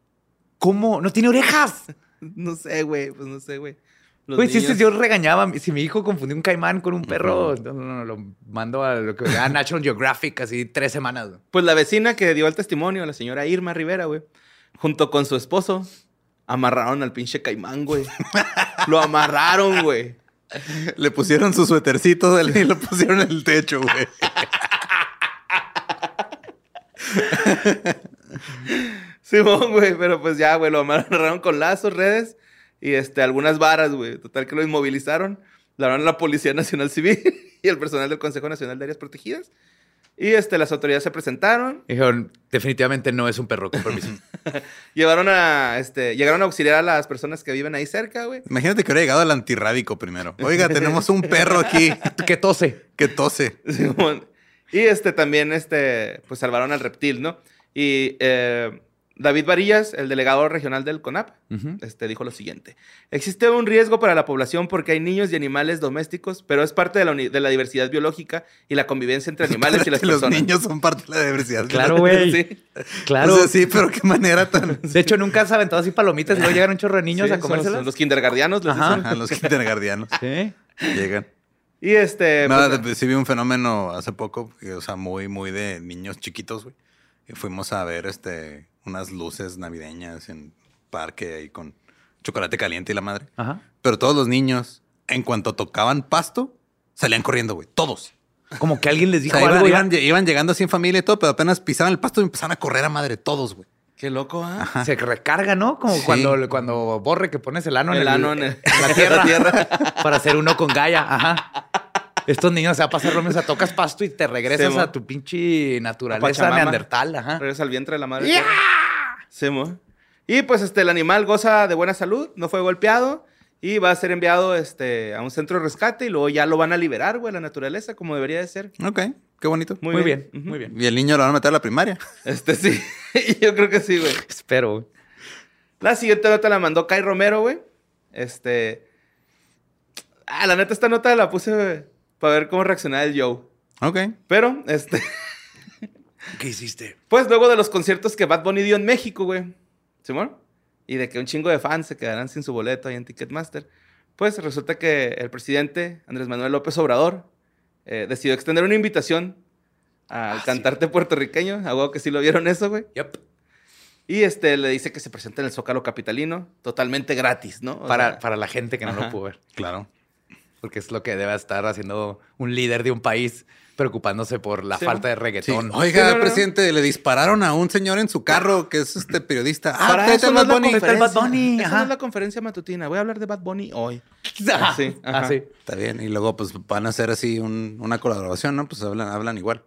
[SPEAKER 3] ¿Cómo? No tiene orejas.
[SPEAKER 2] No sé, güey. Pues no sé, güey. Los
[SPEAKER 3] Güey, si este
[SPEAKER 2] niños-
[SPEAKER 3] yo regañaba, si mi hijo confundía un caimán con un perro, no, no, no, lo mando a lo que a National Geographic así tres semanas. güey.
[SPEAKER 2] Pues la vecina que dio el testimonio, la señora Irma Rivera, güey, junto con su esposo, amarraron al pinche caimán, güey. Lo amarraron, güey.
[SPEAKER 4] Le pusieron su suétercito y lo pusieron en el techo, güey.
[SPEAKER 2] Simón, güey, pero pues ya, güey, lo amarraron con lazos, redes y este, algunas varas, güey. Total que lo inmovilizaron. La hablaron a la Policía Nacional Civil y el personal del Consejo Nacional de Áreas Protegidas. Y este, las autoridades se presentaron,
[SPEAKER 3] Dijeron, definitivamente no es un perro, con permiso.
[SPEAKER 2] llevaron a, este, llegaron a auxiliar a las personas que viven ahí cerca, güey.
[SPEAKER 4] Imagínate que hubiera llegado el antirrábico primero. Oiga, tenemos un perro aquí
[SPEAKER 3] que tose.
[SPEAKER 4] que tose.
[SPEAKER 2] Simón. Y este también, este, pues salvaron al reptil, ¿no? Y eh, David Varillas, el delegado regional del CONAP, este, dijo lo siguiente. Existe un riesgo para la población porque hay niños y animales domésticos, pero es parte de la, uni- de la diversidad biológica y la convivencia entre animales y las
[SPEAKER 4] Que los
[SPEAKER 2] personas.
[SPEAKER 4] niños son parte de la diversidad.
[SPEAKER 3] Claro, güey.
[SPEAKER 2] Sí.
[SPEAKER 3] Claro.
[SPEAKER 4] O sea, sí, pero qué manera tan.
[SPEAKER 3] De hecho, nunca se aventó así palomitas y luego llegaron un chorro de niños
[SPEAKER 2] Sí,
[SPEAKER 3] a
[SPEAKER 2] son- son
[SPEAKER 3] comérselas.
[SPEAKER 2] los kindergardianos. les
[SPEAKER 3] Ajá.
[SPEAKER 2] dicen.
[SPEAKER 4] Ajá, los kindergardianos
[SPEAKER 3] Sí.
[SPEAKER 4] llegan.
[SPEAKER 2] Y este...
[SPEAKER 4] No,
[SPEAKER 2] pues,
[SPEAKER 4] de- sí vi un fenómeno hace poco, que, o sea, muy, muy de niños chiquitos, güey. Y Fuimos a ver este, unas luces navideñas en parque ahí con chocolate caliente y la madre.
[SPEAKER 3] Ajá.
[SPEAKER 4] Pero todos los niños, en cuanto tocaban pasto, salían corriendo, güey. Todos.
[SPEAKER 3] Como que alguien les
[SPEAKER 4] O
[SPEAKER 3] dijo
[SPEAKER 4] sea, iban,
[SPEAKER 3] algo.
[SPEAKER 4] iban- iban llegando así en familia y todo, pero apenas pisaban el pasto y empezaban a correr a madre, todos, güey.
[SPEAKER 2] Qué loco, ¿ah?
[SPEAKER 3] ya Se recarga, ¿no? Como
[SPEAKER 4] Sí.
[SPEAKER 3] cuando, cuando borre que pones el ano en
[SPEAKER 2] El ano en el-
[SPEAKER 3] en la tierra, para hacer uno con Gaia. Ajá. Estos niños se va a pasar lo mismo. O sea, tocas pasto y te regresas
[SPEAKER 2] Sí, mo.
[SPEAKER 3] a tu pinche
[SPEAKER 2] A
[SPEAKER 3] naturaleza
[SPEAKER 2] Pachamama.
[SPEAKER 3] neandertal. Ajá.
[SPEAKER 2] Regresa al vientre de la madre. tierra. Sí, mo. Y pues este, el animal goza de buena salud, no fue golpeado y va a ser enviado este, a un centro de rescate y luego ya lo van a liberar, güey, a la naturaleza, como debería de ser.
[SPEAKER 4] Ok, qué bonito.
[SPEAKER 3] Muy, bien,
[SPEAKER 2] Ujú.
[SPEAKER 3] muy bien.
[SPEAKER 4] Y el niño lo van a meter a la primaria.
[SPEAKER 2] Este sí, yo creo que sí, güey.
[SPEAKER 3] Espero.
[SPEAKER 2] La siguiente nota la mandó Kai Romero, güey. Este. Ah, la neta, esta nota la puse para ver cómo reaccionaba el Joe.
[SPEAKER 4] Ok.
[SPEAKER 2] Pero, este.
[SPEAKER 3] ¿Qué hiciste?
[SPEAKER 2] Pues luego de los conciertos que Bad Bunny dio en México, güey. ¿Simón? Y de que un chingo de fans se quedarán sin su boleto ahí en Ticketmaster. Pues resulta que el presidente Andrés Manuel López Obrador eh, decidió extender una invitación
[SPEAKER 3] Ah,
[SPEAKER 2] al
[SPEAKER 3] sí.
[SPEAKER 2] cantarte puertorriqueño. A huevo que sí lo vieron eso, güey.
[SPEAKER 3] Yep.
[SPEAKER 2] Y este le dice que se presente en el Zócalo Capitalino totalmente gratis, ¿no? O
[SPEAKER 3] Para,
[SPEAKER 2] sea,
[SPEAKER 3] para la gente que no lo
[SPEAKER 2] Ajá.
[SPEAKER 3] pudo ver.
[SPEAKER 4] Claro.
[SPEAKER 3] Porque es lo que debe estar haciendo un líder de un país preocupándose por la
[SPEAKER 2] Sí.
[SPEAKER 3] falta de
[SPEAKER 4] Sí.
[SPEAKER 3] reggaetón.
[SPEAKER 4] Oiga,
[SPEAKER 2] Sí, no, no.
[SPEAKER 4] presidente, le dispararon a un señor en su carro que es este periodista. Ah,
[SPEAKER 2] para
[SPEAKER 4] tráete
[SPEAKER 2] eso
[SPEAKER 4] al
[SPEAKER 2] no es
[SPEAKER 4] Bad
[SPEAKER 2] la
[SPEAKER 4] Bunny.
[SPEAKER 3] Está el Bad
[SPEAKER 2] conferencia.
[SPEAKER 3] Bunny,
[SPEAKER 2] Esa
[SPEAKER 3] ajá.
[SPEAKER 2] no es la conferencia matutina. Voy a hablar de Bad Bunny hoy.
[SPEAKER 3] Así,
[SPEAKER 2] Sí, ajá.
[SPEAKER 3] Ah, así.
[SPEAKER 4] Está bien. Y luego, pues, van a hacer así un- una colaboración, ¿no? Pues hablan, hablan igual.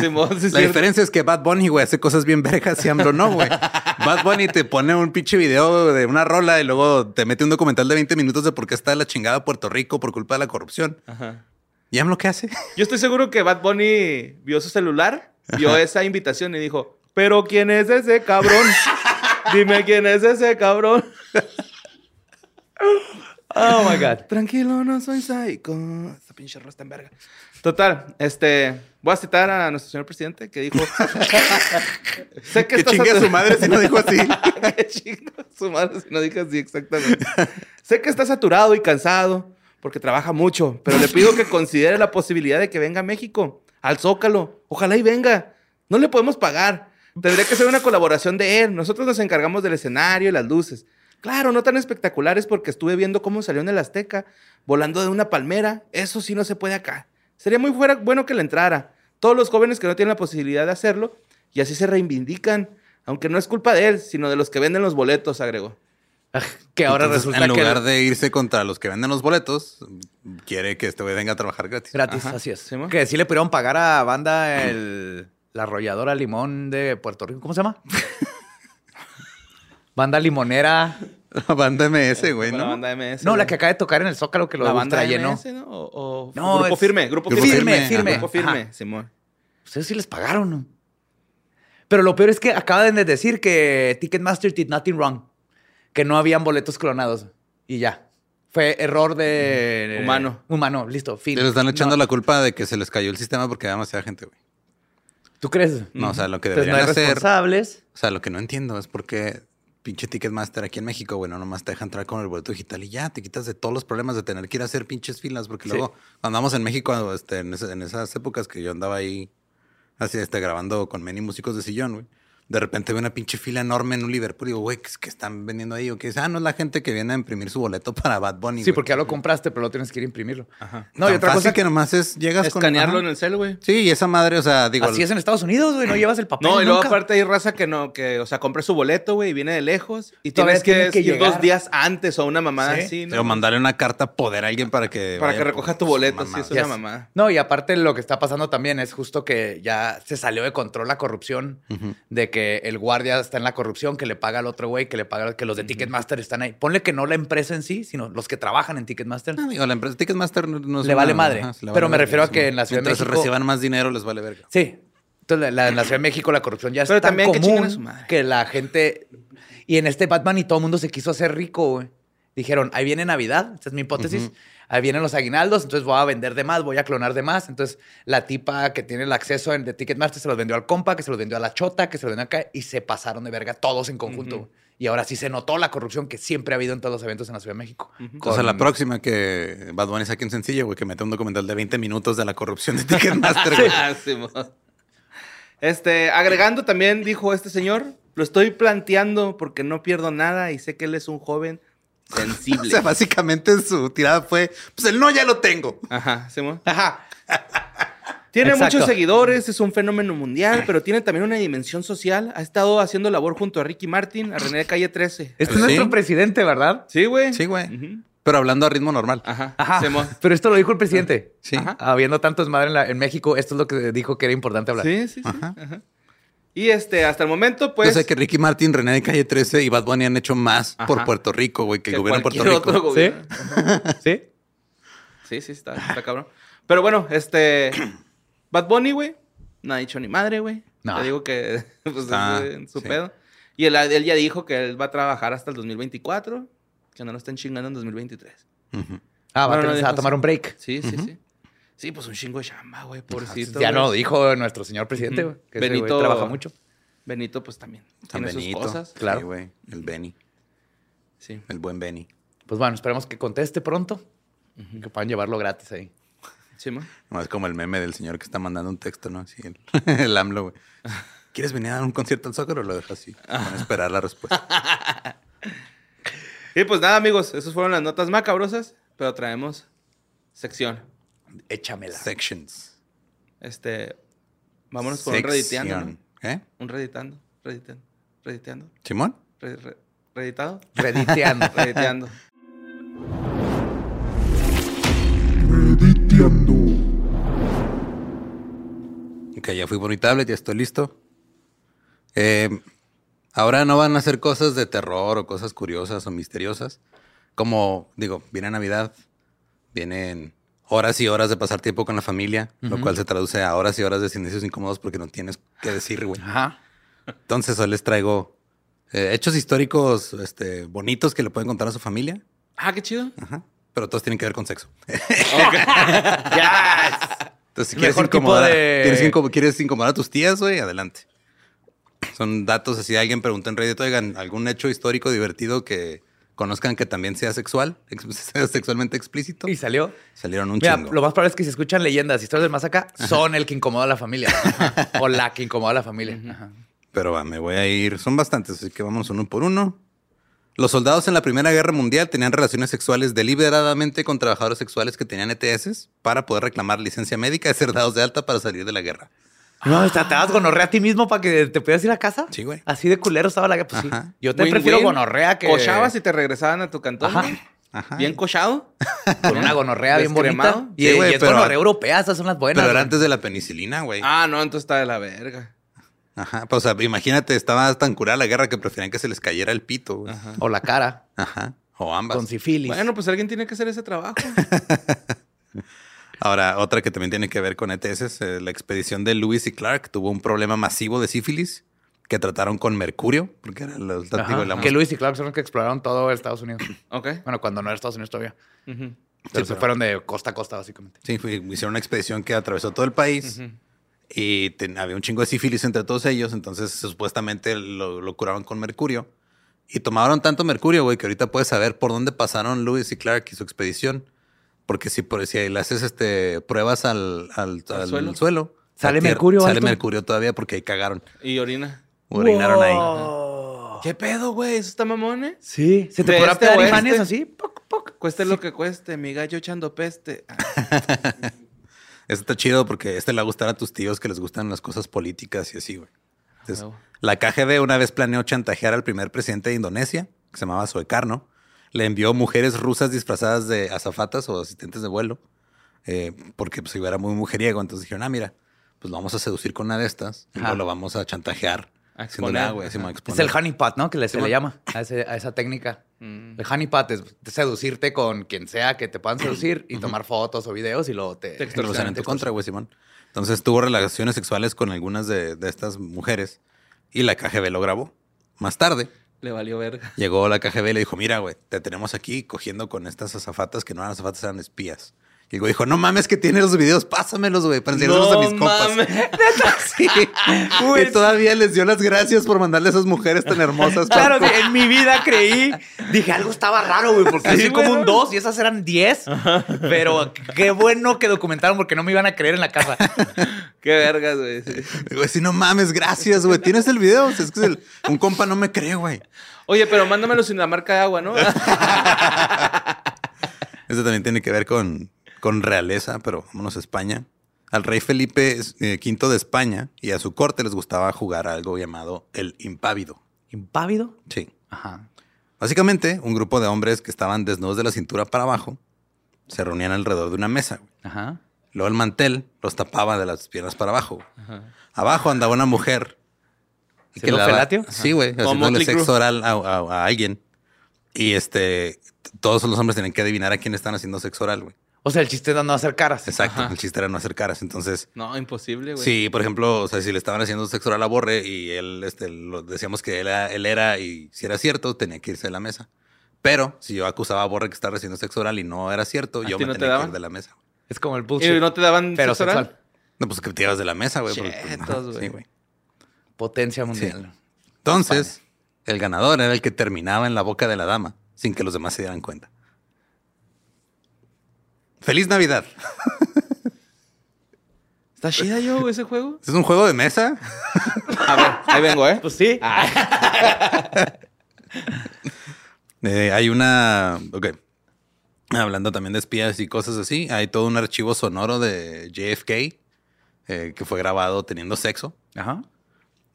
[SPEAKER 2] Simón, sí, es
[SPEAKER 4] La
[SPEAKER 2] cierto.
[SPEAKER 4] diferencia es que Bad Bunny, güey, hace cosas bien vergas y AMLO no, güey. Bad Bunny te pone un pinche video de una rola y luego te mete un documental de 20 minutos de por qué está la chingada Puerto Rico por culpa de la corrupción.
[SPEAKER 2] Ajá.
[SPEAKER 4] ¿Y AMLO qué hace?
[SPEAKER 2] Yo estoy seguro que Bad Bunny vio su celular, vio esa invitación y dijo, pero ¿quién es ese cabrón? Dime quién es ese cabrón.
[SPEAKER 3] Oh my God.
[SPEAKER 2] Tranquilo, no soy psycho. Esta pinche rola está en verga. Total, este, voy a citar a nuestro señor presidente que dijo... sé
[SPEAKER 4] Que
[SPEAKER 2] estás
[SPEAKER 4] chingue a
[SPEAKER 2] atu-
[SPEAKER 4] su madre si no dijo así.
[SPEAKER 2] que chinga su madre si no dije así exactamente. sé que está saturado y cansado porque trabaja mucho, pero le pido que considere la posibilidad de que venga a México, al Zócalo. Ojalá y venga. No le podemos pagar. Tendría que ser una colaboración de él. Nosotros nos encargamos del escenario y las luces. Claro, no tan espectaculares porque estuve viendo cómo salió en el Azteca, volando de una palmera. Eso sí no se puede acá. Sería muy fuera, bueno que le entrara. Todos los jóvenes que no tienen la posibilidad de hacerlo y así se reivindican. Aunque no es culpa de él, sino de los que venden los boletos, agregó.
[SPEAKER 3] Que ahora
[SPEAKER 4] Entonces,
[SPEAKER 3] resulta
[SPEAKER 4] en
[SPEAKER 3] que...
[SPEAKER 4] lugar de irse contra los que venden los boletos, quiere que este güey venga a trabajar gratis.
[SPEAKER 3] Gratis,
[SPEAKER 2] Ajá.
[SPEAKER 3] así es.
[SPEAKER 2] Sí, ma.
[SPEAKER 3] que sí le pudieron pagar a banda el, la arrolladora limón de Puerto Rico. ¿Cómo se llama? banda limonera.
[SPEAKER 4] La banda MS, güey,
[SPEAKER 2] Con
[SPEAKER 4] ¿no?
[SPEAKER 2] La banda MS.
[SPEAKER 3] No, la
[SPEAKER 2] güey.
[SPEAKER 3] que acaba de tocar en el Zócalo que lo
[SPEAKER 2] La banda
[SPEAKER 3] llenó.
[SPEAKER 2] MS, ¿no? O, o-
[SPEAKER 3] No,
[SPEAKER 2] grupo
[SPEAKER 3] es-
[SPEAKER 2] firme, grupo
[SPEAKER 4] Grupo
[SPEAKER 2] firme.
[SPEAKER 3] Firme,
[SPEAKER 4] Firme,
[SPEAKER 3] firme.
[SPEAKER 2] Grupo firme,
[SPEAKER 3] Ajá.
[SPEAKER 2] Simón.
[SPEAKER 3] Ustedes Pues sí les pagaron. ¿no? Pero lo peor es que acaban de decir que Ticketmaster did nothing wrong. Que no habían boletos clonados. Y ya. Fue error de...
[SPEAKER 2] Humano.
[SPEAKER 3] Humano, listo, fin.
[SPEAKER 4] Le están echando la culpa de que se les cayó el sistema porque había demasiada gente, güey.
[SPEAKER 3] ¿Tú crees?
[SPEAKER 4] No, o sea, lo que
[SPEAKER 3] Entonces, Pues
[SPEAKER 4] deberían
[SPEAKER 3] no hay
[SPEAKER 4] hacer.
[SPEAKER 3] responsables.
[SPEAKER 4] O sea, lo que no entiendo es por qué pinche Ticketmaster aquí en México, bueno, nomás te deja entrar con el boleto digital y ya te quitas de todos los problemas de tener que ir a hacer pinches filas, porque
[SPEAKER 3] Sí.
[SPEAKER 4] luego andamos en México este, en, esa- en esas épocas que yo andaba ahí así este, grabando con many músicos de sillón, güey. De repente veo una pinche fila enorme en un Liverpool y digo, güey, ¿qué es que están vendiendo ahí? O que dice, ah, no es la gente que viene a imprimir su boleto para Bad Bunny.
[SPEAKER 3] Sí,
[SPEAKER 4] güey.
[SPEAKER 3] porque ya lo compraste, pero lo tienes que ir a imprimirlo.
[SPEAKER 2] Ajá.
[SPEAKER 3] No,
[SPEAKER 4] Tan
[SPEAKER 3] y otra
[SPEAKER 4] fácil
[SPEAKER 3] cosa
[SPEAKER 4] que nomás es llegas con-
[SPEAKER 2] Escanearlo
[SPEAKER 4] ajá.
[SPEAKER 2] en el cel, güey.
[SPEAKER 4] Sí, y esa madre, o sea, digo,
[SPEAKER 3] Así es en Estados Unidos, güey. No llevas el papel.
[SPEAKER 2] No, y luego
[SPEAKER 3] nunca.
[SPEAKER 2] aparte hay raza que no, que, o sea, compré su boleto, güey, y viene de lejos. Y
[SPEAKER 3] Todavía
[SPEAKER 2] tienes que,
[SPEAKER 3] tiene que
[SPEAKER 2] ir
[SPEAKER 3] llegar.
[SPEAKER 2] dos días antes o una mamada
[SPEAKER 3] Sí.
[SPEAKER 2] así, ¿no?
[SPEAKER 4] o mandarle una carta a poder a alguien para que...
[SPEAKER 2] Para
[SPEAKER 4] vaya
[SPEAKER 2] que
[SPEAKER 4] por
[SPEAKER 2] recoja tu
[SPEAKER 4] su
[SPEAKER 2] boleto, sí,
[SPEAKER 4] mamada.
[SPEAKER 2] eso es una mamada.
[SPEAKER 3] No, y aparte lo que está pasando también es justo que ya se salió de control la corrupción, de que el guardia está en la corrupción, que le paga al otro güey, que le paga, que los de Ticketmaster están ahí. Ponle que no la empresa en sí, sino los que trabajan en Ticketmaster.
[SPEAKER 4] No, Ah, digo, la empresa Ticketmaster no, no es
[SPEAKER 3] Le
[SPEAKER 4] una-
[SPEAKER 3] vale madre.
[SPEAKER 4] ajá, se le
[SPEAKER 3] Pero me
[SPEAKER 4] verga,
[SPEAKER 3] refiero a
[SPEAKER 4] sí.
[SPEAKER 3] que en la Ciudad de
[SPEAKER 4] Mientras
[SPEAKER 3] México-
[SPEAKER 4] reciban más dinero, les vale verga.
[SPEAKER 3] Sí. Entonces, la- la- en la Ciudad de México la corrupción ya es
[SPEAKER 2] Pero
[SPEAKER 3] tan
[SPEAKER 2] también que chinguen
[SPEAKER 3] común
[SPEAKER 2] a su madre.
[SPEAKER 3] que la gente... Y en este Batman y todo el mundo se quiso hacer rico, güey. Dijeron, ahí viene Navidad, esta es mi hipótesis, ahí vienen los aguinaldos, entonces voy a vender de más, voy a clonar de más. Entonces, la tipa que tiene el acceso en, de Ticketmaster se los vendió al compa, que se los vendió a la chota, que se los vendió acá, y se pasaron de verga todos en conjunto.
[SPEAKER 2] Ujú.
[SPEAKER 3] güey. Y ahora sí se notó la corrupción que siempre ha habido en todos los eventos en la Ciudad de México.
[SPEAKER 4] O sea,
[SPEAKER 3] Con-
[SPEAKER 4] la próxima que Bad Bunny saque un sencillo, güey, que mete un documental de 20 minutos de la corrupción de Ticketmaster, güey.
[SPEAKER 2] Ah, Simón. Este, agregando también, dijo este señor, lo estoy planteando porque no pierdo nada y sé que él es un joven
[SPEAKER 4] O
[SPEAKER 2] sensible.
[SPEAKER 4] sea, básicamente su tirada fue, pues el no ya lo tengo.
[SPEAKER 2] Ajá, Simón.
[SPEAKER 3] Ajá.
[SPEAKER 2] Tiene
[SPEAKER 3] Exacto.
[SPEAKER 2] muchos seguidores, es un fenómeno mundial, pero tiene también una dimensión social. Ha estado haciendo labor junto a Ricky Martin, a René Calle 13.
[SPEAKER 3] Este
[SPEAKER 4] Sí.
[SPEAKER 3] es nuestro presidente, ¿verdad?
[SPEAKER 2] Sí, güey.
[SPEAKER 4] Sí, güey.
[SPEAKER 2] Ujú.
[SPEAKER 4] Pero hablando a ritmo normal.
[SPEAKER 2] Ajá.
[SPEAKER 3] Ajá.
[SPEAKER 2] Simón.
[SPEAKER 3] Pero esto lo dijo el presidente.
[SPEAKER 4] Sí.
[SPEAKER 3] Ah, Ajá. Habiendo tanto desmadre en, la- en México, esto es lo que dijo que era importante hablar.
[SPEAKER 2] Sí, sí, sí.
[SPEAKER 4] Ajá.
[SPEAKER 2] Ajá. Y este, hasta el momento, pues.
[SPEAKER 4] Yo sé que Ricky Martin, René de Calle 13 y Bad Bunny han hecho más
[SPEAKER 2] Ajá.
[SPEAKER 4] por Puerto Rico, güey, que el
[SPEAKER 2] que
[SPEAKER 4] gobierno de Puerto
[SPEAKER 2] cualquier
[SPEAKER 4] Rico.
[SPEAKER 2] otro
[SPEAKER 3] ¿Sí?
[SPEAKER 2] gobierno.
[SPEAKER 3] ¿Sí?
[SPEAKER 2] Sí, sí, está, está cabrón. Pero bueno, este. Bad Bunny, güey. No ha dicho ni madre, güey.
[SPEAKER 3] No.
[SPEAKER 2] Te digo que. Pues
[SPEAKER 4] Ah,
[SPEAKER 2] es en su
[SPEAKER 4] sí.
[SPEAKER 2] pedo. Y él, él ya dijo que él va a trabajar hasta el 2024. Que no lo estén chingando en 2023.
[SPEAKER 4] Ujú.
[SPEAKER 3] Ah, va
[SPEAKER 2] No,
[SPEAKER 3] a,
[SPEAKER 2] no,
[SPEAKER 3] tener- se va a
[SPEAKER 2] dijo
[SPEAKER 3] tomar
[SPEAKER 2] sí.
[SPEAKER 3] un break.
[SPEAKER 2] Sí, sí, sí. Sí, pues un chingo de chamba, güey, pobrecito.
[SPEAKER 3] Ah, Ya
[SPEAKER 2] güey.
[SPEAKER 3] no dijo nuestro señor presidente,
[SPEAKER 2] Ujú.
[SPEAKER 3] güey, que ese güey
[SPEAKER 2] Benito-
[SPEAKER 3] trabaja mucho.
[SPEAKER 2] Benito, pues también.
[SPEAKER 4] San
[SPEAKER 2] tiene
[SPEAKER 4] Benito.
[SPEAKER 2] sus cosas.
[SPEAKER 4] Claro. güey. el Benny.
[SPEAKER 2] Sí.
[SPEAKER 4] El buen Benny.
[SPEAKER 3] Pues bueno, esperemos que conteste pronto. y Que puedan llevarlo gratis ahí.
[SPEAKER 2] Sí, ma.
[SPEAKER 4] No, es como el meme del señor que está mandando un texto, ¿no? Así, el, el AMLO, güey. ¿Quieres venir a dar un concierto al Zócalo o lo dejas así? Van a esperar la respuesta.
[SPEAKER 2] Y pues nada, amigos, esas fueron las notas macabrosas, pero traemos sección.
[SPEAKER 3] Échamela.
[SPEAKER 4] Sections.
[SPEAKER 2] Este, vámonos con un rediteando, ¿no?
[SPEAKER 4] Sección. ¿Eh?
[SPEAKER 2] Un rediteando, rediteando, rediteando,
[SPEAKER 4] ¿Simón?
[SPEAKER 2] re- re- reditado,
[SPEAKER 3] Rediteando.
[SPEAKER 2] rediteando.
[SPEAKER 5] Rediteando.
[SPEAKER 4] Ok, ya fui por mi tablet, ya estoy listo. Eh, ahora no van a hacer cosas de terror o cosas curiosas o misteriosas. Como, digo, viene Navidad, vienen horas y horas de pasar tiempo con la familia, lo cual se traduce a horas y horas de silencios incómodos porque no tienes que decir, güey.
[SPEAKER 3] Ajá.
[SPEAKER 4] Entonces, hoy les traigo eh, hechos históricos este, bonitos que le pueden contar a su familia,
[SPEAKER 2] Ah, qué chido.
[SPEAKER 4] Ajá. pero todos tienen que ver con sexo.
[SPEAKER 3] Yes.
[SPEAKER 4] Entonces, si
[SPEAKER 3] El
[SPEAKER 4] quieres
[SPEAKER 3] mejor tipo
[SPEAKER 4] incomodar,
[SPEAKER 3] de-
[SPEAKER 4] quieres, incomo- quieres incomodar a tus tías, güey, adelante. Son datos así. Alguien pregunta en Reddit, oigan, algún hecho histórico divertido que conozcan que también sea sexual, ex- sea sexualmente explícito.
[SPEAKER 3] Y salió.
[SPEAKER 4] Salieron un
[SPEAKER 3] Mira,
[SPEAKER 4] chingo.
[SPEAKER 3] lo más probable es que si escuchan leyendas, historias del más acá, son el que incomoda a la familia. O la que incomoda a la familia. Ajá.
[SPEAKER 4] Pero va, me voy a ir. Son bastantes, así que vamos uno por uno. Los soldados en la Primera Guerra Mundial tenían relaciones sexuales deliberadamente con trabajadores sexuales que tenían ETS para poder reclamar licencia médica y ser dados de alta para salir de la guerra.
[SPEAKER 3] No, o sea, te dabas gonorrea a ti mismo para que te pudieras ir a casa.
[SPEAKER 4] Sí, güey.
[SPEAKER 3] Así de culero estaba la guerra. Pues sí.
[SPEAKER 4] Ajá.
[SPEAKER 3] Yo te
[SPEAKER 2] Win-win.
[SPEAKER 3] prefiero gonorrea que.
[SPEAKER 2] Cochabas y te regresaban a tu cantón.
[SPEAKER 3] Ajá.
[SPEAKER 2] ¿no?
[SPEAKER 4] Ajá.
[SPEAKER 2] Bien cochado.
[SPEAKER 3] Con una gonorrea bien bonita.
[SPEAKER 2] Descremado.
[SPEAKER 3] Y,
[SPEAKER 4] Sí,
[SPEAKER 3] y
[SPEAKER 4] güey,
[SPEAKER 3] es
[SPEAKER 4] pero-
[SPEAKER 3] gonorrea europea, esas son las buenas.
[SPEAKER 4] Pero era
[SPEAKER 3] güey.
[SPEAKER 4] antes de la penicilina, güey.
[SPEAKER 2] Ah, no, entonces está de la verga.
[SPEAKER 4] Ajá. Pues, o sea, imagínate, estaba tan curada la guerra que preferían que se les cayera el pito, güey. Ajá.
[SPEAKER 3] O la cara.
[SPEAKER 4] O ambas.
[SPEAKER 3] Con sífilis.
[SPEAKER 2] Bueno, pues alguien tiene que hacer ese trabajo.
[SPEAKER 4] Ahora, otra que también tiene que ver con ETS, es, eh, la expedición de Lewis y Clark tuvo un problema masivo de sífilis que trataron con mercurio, porque era la,
[SPEAKER 3] Ajá.
[SPEAKER 4] pues, digo, la
[SPEAKER 3] que Luis y Clark son los que exploraron todo Estados Unidos.
[SPEAKER 2] ok.
[SPEAKER 3] bueno, cuando no era Estados Unidos todavía.
[SPEAKER 2] Ujú.
[SPEAKER 3] Pero se fueron de costa a costa, básicamente.
[SPEAKER 4] Sí, fue- hicieron una expedición que atravesó todo el país y ten- había un chingo de sífilis entre todos ellos. Entonces, supuestamente lo, lo curaron con mercurio y tomaron tanto mercurio, güey, que ahorita puedes saber por dónde pasaron Lewis y Clark y su expedición. Porque si, por, si le haces este, pruebas al, al-
[SPEAKER 2] ¿Al
[SPEAKER 4] al
[SPEAKER 2] suelo?
[SPEAKER 4] suelo,
[SPEAKER 3] ¿Sale
[SPEAKER 4] la tierra-
[SPEAKER 3] mercurio,
[SPEAKER 4] Sale
[SPEAKER 3] Alto?
[SPEAKER 4] mercurio todavía porque ahí cagaron.
[SPEAKER 2] Y orina.
[SPEAKER 4] Orinaron ahí.
[SPEAKER 3] Wow.
[SPEAKER 2] ¿Qué pedo, güey? ¿Eso está mamón, eh?
[SPEAKER 3] Oh. Sí. ¿Se te
[SPEAKER 2] De
[SPEAKER 3] podrá
[SPEAKER 2] este
[SPEAKER 3] pegar
[SPEAKER 2] oeste.
[SPEAKER 3] imanes así? Poc, poc.
[SPEAKER 2] Cueste lo que cueste, mi gallo echando peste. Ah,
[SPEAKER 4] Eso está chido porque este le va a gustar a tus tíos que les gustan las cosas políticas y así, güey. Entonces,
[SPEAKER 2] huevo.
[SPEAKER 4] la KGB una vez planeó chantajear al primer presidente de Indonesia, que se llamaba Soekarno. Le envió mujeres rusas disfrazadas de azafatas o asistentes de vuelo, eh, porque pues iba era muy mujeriego. Entonces dijeron, ah, mira, pues lo vamos a seducir con una de estas y
[SPEAKER 3] Ajá.
[SPEAKER 4] luego lo vamos a chantajear.
[SPEAKER 2] A
[SPEAKER 4] haciéndole,
[SPEAKER 2] exponer,
[SPEAKER 4] "Ah, güey, sí,
[SPEAKER 2] ajá.
[SPEAKER 4] me voy a
[SPEAKER 3] Es
[SPEAKER 4] exponer".
[SPEAKER 3] el honeypot, ¿no? Que le- se le llama a, ese- a esa técnica.
[SPEAKER 2] Mm.
[SPEAKER 3] El honeypot es seducirte con quien sea que te puedan seducir y tomar fotos o videos y luego te...
[SPEAKER 2] Te
[SPEAKER 4] Y lo usan en tu contra, güey, Simón. Entonces tuvo relaciones sexuales con algunas de, de estas mujeres y la KGB lo grabó. Más tarde
[SPEAKER 2] Le valió verga.
[SPEAKER 4] llegó la KGB y le dijo, mira, güey, te tenemos aquí cogiendo con estas azafatas que no eran azafatas, eran espías. Y el güey dijo, no mames que tienes los videos, pásamelos, güey, para enseñárselos a mis compas.
[SPEAKER 2] mames.
[SPEAKER 4] Sí. y todavía les dio las gracias por mandarle a esas mujeres tan hermosas. para-
[SPEAKER 3] Claro, sí, en mi vida creí. Dije, algo estaba raro, güey, porque
[SPEAKER 2] Sí,
[SPEAKER 3] así
[SPEAKER 2] güey,
[SPEAKER 3] como un
[SPEAKER 2] ¿no?
[SPEAKER 3] 2 y esas eran 10. Pero qué bueno que documentaron porque no me iban a creer en la casa.
[SPEAKER 2] Qué vergas, güey. sí.
[SPEAKER 4] Güey, si no mames, gracias, güey. ¿Tienes el video? O sea, es que es el- un compa no me cree, güey.
[SPEAKER 2] Oye, pero mándamelo sin la marca de agua, ¿no?
[SPEAKER 4] Eso también tiene que ver con, con realeza, pero vámonos a España. Al rey Felipe eh, V de España y a su corte les gustaba jugar a algo llamado el impávido.
[SPEAKER 3] ¿Impávido?
[SPEAKER 4] Sí.
[SPEAKER 3] Ajá.
[SPEAKER 4] Básicamente, un grupo de hombres que estaban desnudos de la cintura para abajo se reunían alrededor de una mesa. güey.
[SPEAKER 3] Ajá.
[SPEAKER 4] Luego el mantel los tapaba de las piernas para abajo. güey. Abajo andaba una mujer.
[SPEAKER 3] ¿Se lo
[SPEAKER 4] daba-
[SPEAKER 3] felatio?
[SPEAKER 4] Sí, güey.
[SPEAKER 2] Como
[SPEAKER 4] Haciéndole
[SPEAKER 2] Motley
[SPEAKER 4] sexo
[SPEAKER 2] Crue.
[SPEAKER 4] oral a, a- a alguien. Y este, t- todos los hombres tienen que adivinar a quién le están haciendo sexo oral, güey.
[SPEAKER 3] O sea, el chiste es no hacer caras.
[SPEAKER 4] Exacto. El chiste era no hacer caras. Entonces,
[SPEAKER 2] No, imposible, güey.
[SPEAKER 4] Sí, por ejemplo, o sea, si le estaban haciendo sexo oral a Borre y él, este, lo decíamos que él era, él era y si era cierto, tenía que irse de la mesa. Pero si yo acusaba a Borre que estaba haciendo sexo oral y no era cierto,
[SPEAKER 2] ¿A
[SPEAKER 4] yo
[SPEAKER 2] ti
[SPEAKER 4] me
[SPEAKER 2] no te
[SPEAKER 4] tenía que
[SPEAKER 2] daban?
[SPEAKER 4] ir de la mesa.
[SPEAKER 3] Es como el
[SPEAKER 2] Y
[SPEAKER 3] bullshit.
[SPEAKER 2] no te daban
[SPEAKER 3] pero
[SPEAKER 2] sexo oral.
[SPEAKER 3] sexual.
[SPEAKER 4] No, pues que te llevas de la mesa, güey. porque, pues,
[SPEAKER 3] Chetos,
[SPEAKER 4] ajá,
[SPEAKER 3] güey.
[SPEAKER 4] sí, güey.
[SPEAKER 3] Potencia mundial.
[SPEAKER 4] Entonces, el ganador era el que terminaba en la boca de la dama sin que los demás se dieran cuenta. ¡Feliz Navidad!
[SPEAKER 3] ¿Está chida yo güey, ese juego?
[SPEAKER 4] ¿Es un juego de mesa?
[SPEAKER 2] A ver, ahí vengo, ¿eh?
[SPEAKER 3] Pues sí.
[SPEAKER 4] Eh, hay una. Ok. Hablando también de espías y cosas así, hay todo un archivo sonoro de JFK eh, que fue grabado teniendo sexo,
[SPEAKER 3] Ajá.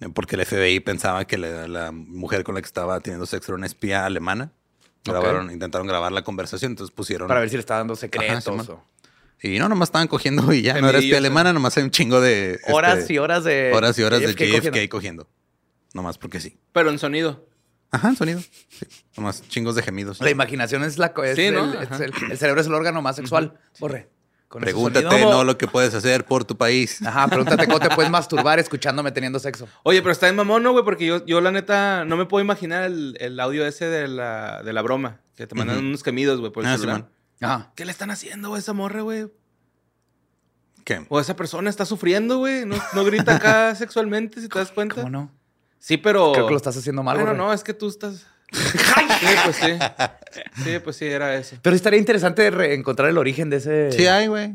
[SPEAKER 4] eh, porque el FBI pensaba que la, la mujer con la que estaba teniendo sexo era una espía alemana. Grabaron, Intentaron grabar la conversación, entonces pusieron.
[SPEAKER 3] Para ver si le está dando secretos
[SPEAKER 4] Simón.
[SPEAKER 3] o-
[SPEAKER 4] Y no, nomás estaban cogiendo y ya. No era espía
[SPEAKER 2] Semidillos,
[SPEAKER 4] alemana, nomás hay un chingo de. este,
[SPEAKER 3] Horas y horas de.
[SPEAKER 4] horas y horas de JFK cogiendo.
[SPEAKER 3] cogiendo.
[SPEAKER 4] Nomás porque sí.
[SPEAKER 2] Pero en sonido.
[SPEAKER 4] Ajá, el sonido. Sí. Nomás chingos de gemidos.
[SPEAKER 3] La imaginación es la. co- es
[SPEAKER 2] Sí,
[SPEAKER 3] el,
[SPEAKER 2] ¿no?
[SPEAKER 3] es
[SPEAKER 2] Ajá.
[SPEAKER 3] el- el cerebro es el órgano más sexual. Borre. Con ese
[SPEAKER 4] Pregúntate,
[SPEAKER 3] sonido.
[SPEAKER 4] ¿no? Lo que puedes hacer por tu país.
[SPEAKER 3] Ajá, pregúntate cómo te puedes masturbar escuchándome teniendo sexo.
[SPEAKER 2] Oye, pero está en mamón, ¿no, güey? Porque yo, yo, la neta, no me puedo imaginar el, el audio ese de la, de la broma. Que te mandan
[SPEAKER 4] Ujú.
[SPEAKER 2] unos gemidos, güey, por el
[SPEAKER 4] Ah,
[SPEAKER 2] celular.
[SPEAKER 4] Simón.
[SPEAKER 3] Ajá.
[SPEAKER 2] ¿Qué le están haciendo, güey, a esa morra, güey?
[SPEAKER 4] ¿Qué?
[SPEAKER 2] O esa persona está sufriendo, güey. No, no grita acá sexualmente, si te das cuenta.
[SPEAKER 3] ¿Cómo no?
[SPEAKER 2] Sí, pero.
[SPEAKER 3] Creo que lo estás haciendo mal,
[SPEAKER 2] Bueno,
[SPEAKER 3] borre.
[SPEAKER 2] no, eh. es que tú estás. sí, pues sí. Sí, pues sí, era eso.
[SPEAKER 3] Pero estaría interesante re- encontrar el origen de ese.
[SPEAKER 4] Sí hay, güey.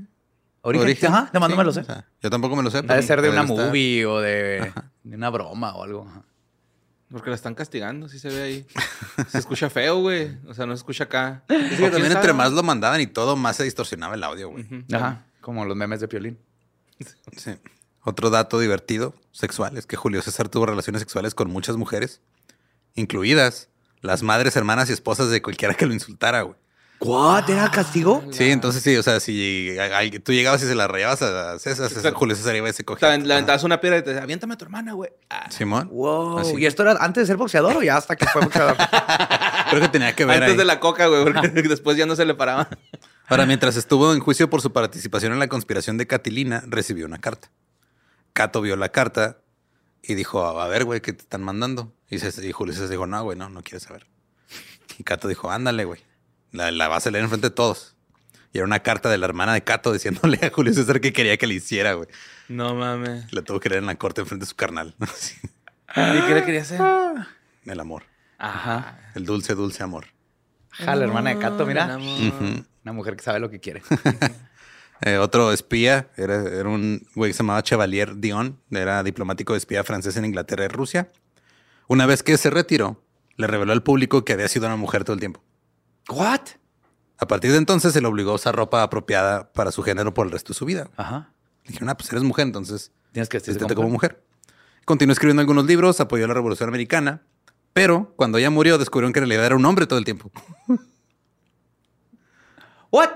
[SPEAKER 3] Origen. Ajá, no, no me lo sé.
[SPEAKER 4] Sí, o sea, yo tampoco me lo sé.
[SPEAKER 3] eh. Ha de
[SPEAKER 4] pero
[SPEAKER 3] ser de una
[SPEAKER 4] debe estar.
[SPEAKER 3] movie o de, de una broma o algo. ajá.
[SPEAKER 2] Porque la están castigando, sí se ve ahí. Se escucha feo, güey. O sea, no se escucha acá.
[SPEAKER 4] Sí, que también entre más lo mandaban y todo, más se distorsionaba el audio, güey.
[SPEAKER 3] Ajá. Como los memes de Piolín.
[SPEAKER 4] Sí. Otro dato divertido sexual es que Julio César tuvo relaciones sexuales con muchas mujeres, incluidas las madres, hermanas y esposas de cualquiera que lo insultara, güey.
[SPEAKER 3] ¿What?
[SPEAKER 4] Ah.
[SPEAKER 3] ¿Era castigo?
[SPEAKER 4] Sí, entonces sí, o sea, si a- a- tú llegabas y se la rayabas a a César, César- Julio César iba y se cogía.
[SPEAKER 2] Le aventabas una piedra y te decía, aviéntame a tu hermana, güey. Ah,
[SPEAKER 4] Simón.
[SPEAKER 3] Wow.
[SPEAKER 4] Así.
[SPEAKER 3] ¿Y esto era antes de ser boxeador o ya hasta que fue boxeador?
[SPEAKER 4] Creo que tenía que ver
[SPEAKER 2] Antes
[SPEAKER 4] ahí.
[SPEAKER 2] de la coca, güey, porque después ya no se le paraba.
[SPEAKER 4] Ahora, mientras estuvo en juicio por su participación en la conspiración de Catilina, recibió una carta. Cato vio la carta y dijo, a ver, güey, ¿qué te están mandando? Y, César- y Julio César dijo, no, güey, no, no quieres saber. Y Cato dijo, ándale, güey, la, la vas a leer enfrente de todos. Y era una carta de la hermana de Cato diciéndole a Julio César que quería que le hiciera, güey.
[SPEAKER 2] No mames.
[SPEAKER 4] La tuvo que leer en la corte enfrente de su carnal. Sí.
[SPEAKER 2] ¿Y qué le quería hacer?
[SPEAKER 4] El amor.
[SPEAKER 3] Ajá.
[SPEAKER 4] El dulce, dulce amor.
[SPEAKER 3] Jala, hermana de Cato,
[SPEAKER 2] El
[SPEAKER 3] mira.
[SPEAKER 2] amor.
[SPEAKER 4] Ujú.
[SPEAKER 3] Una mujer que sabe lo que quiere.
[SPEAKER 4] Eh, otro espía, era, era un güey que se llamaba Chevalier Dion, era diplomático de espía francés en Inglaterra y Rusia. Una vez que se retiró, le reveló al público que había sido una mujer todo el tiempo.
[SPEAKER 3] ¿What?
[SPEAKER 4] A partir de entonces se le obligó a usar ropa apropiada para su género por el resto de su vida.
[SPEAKER 3] Ajá.
[SPEAKER 4] Le dijeron, ah, pues eres mujer, entonces
[SPEAKER 3] Tienes que vestirte
[SPEAKER 4] Vestirte como mujer. Continuó escribiendo algunos libros, apoyó la Revolución Americana, pero cuando ella murió descubrieron que en realidad era un hombre todo el tiempo.
[SPEAKER 3] ¿What?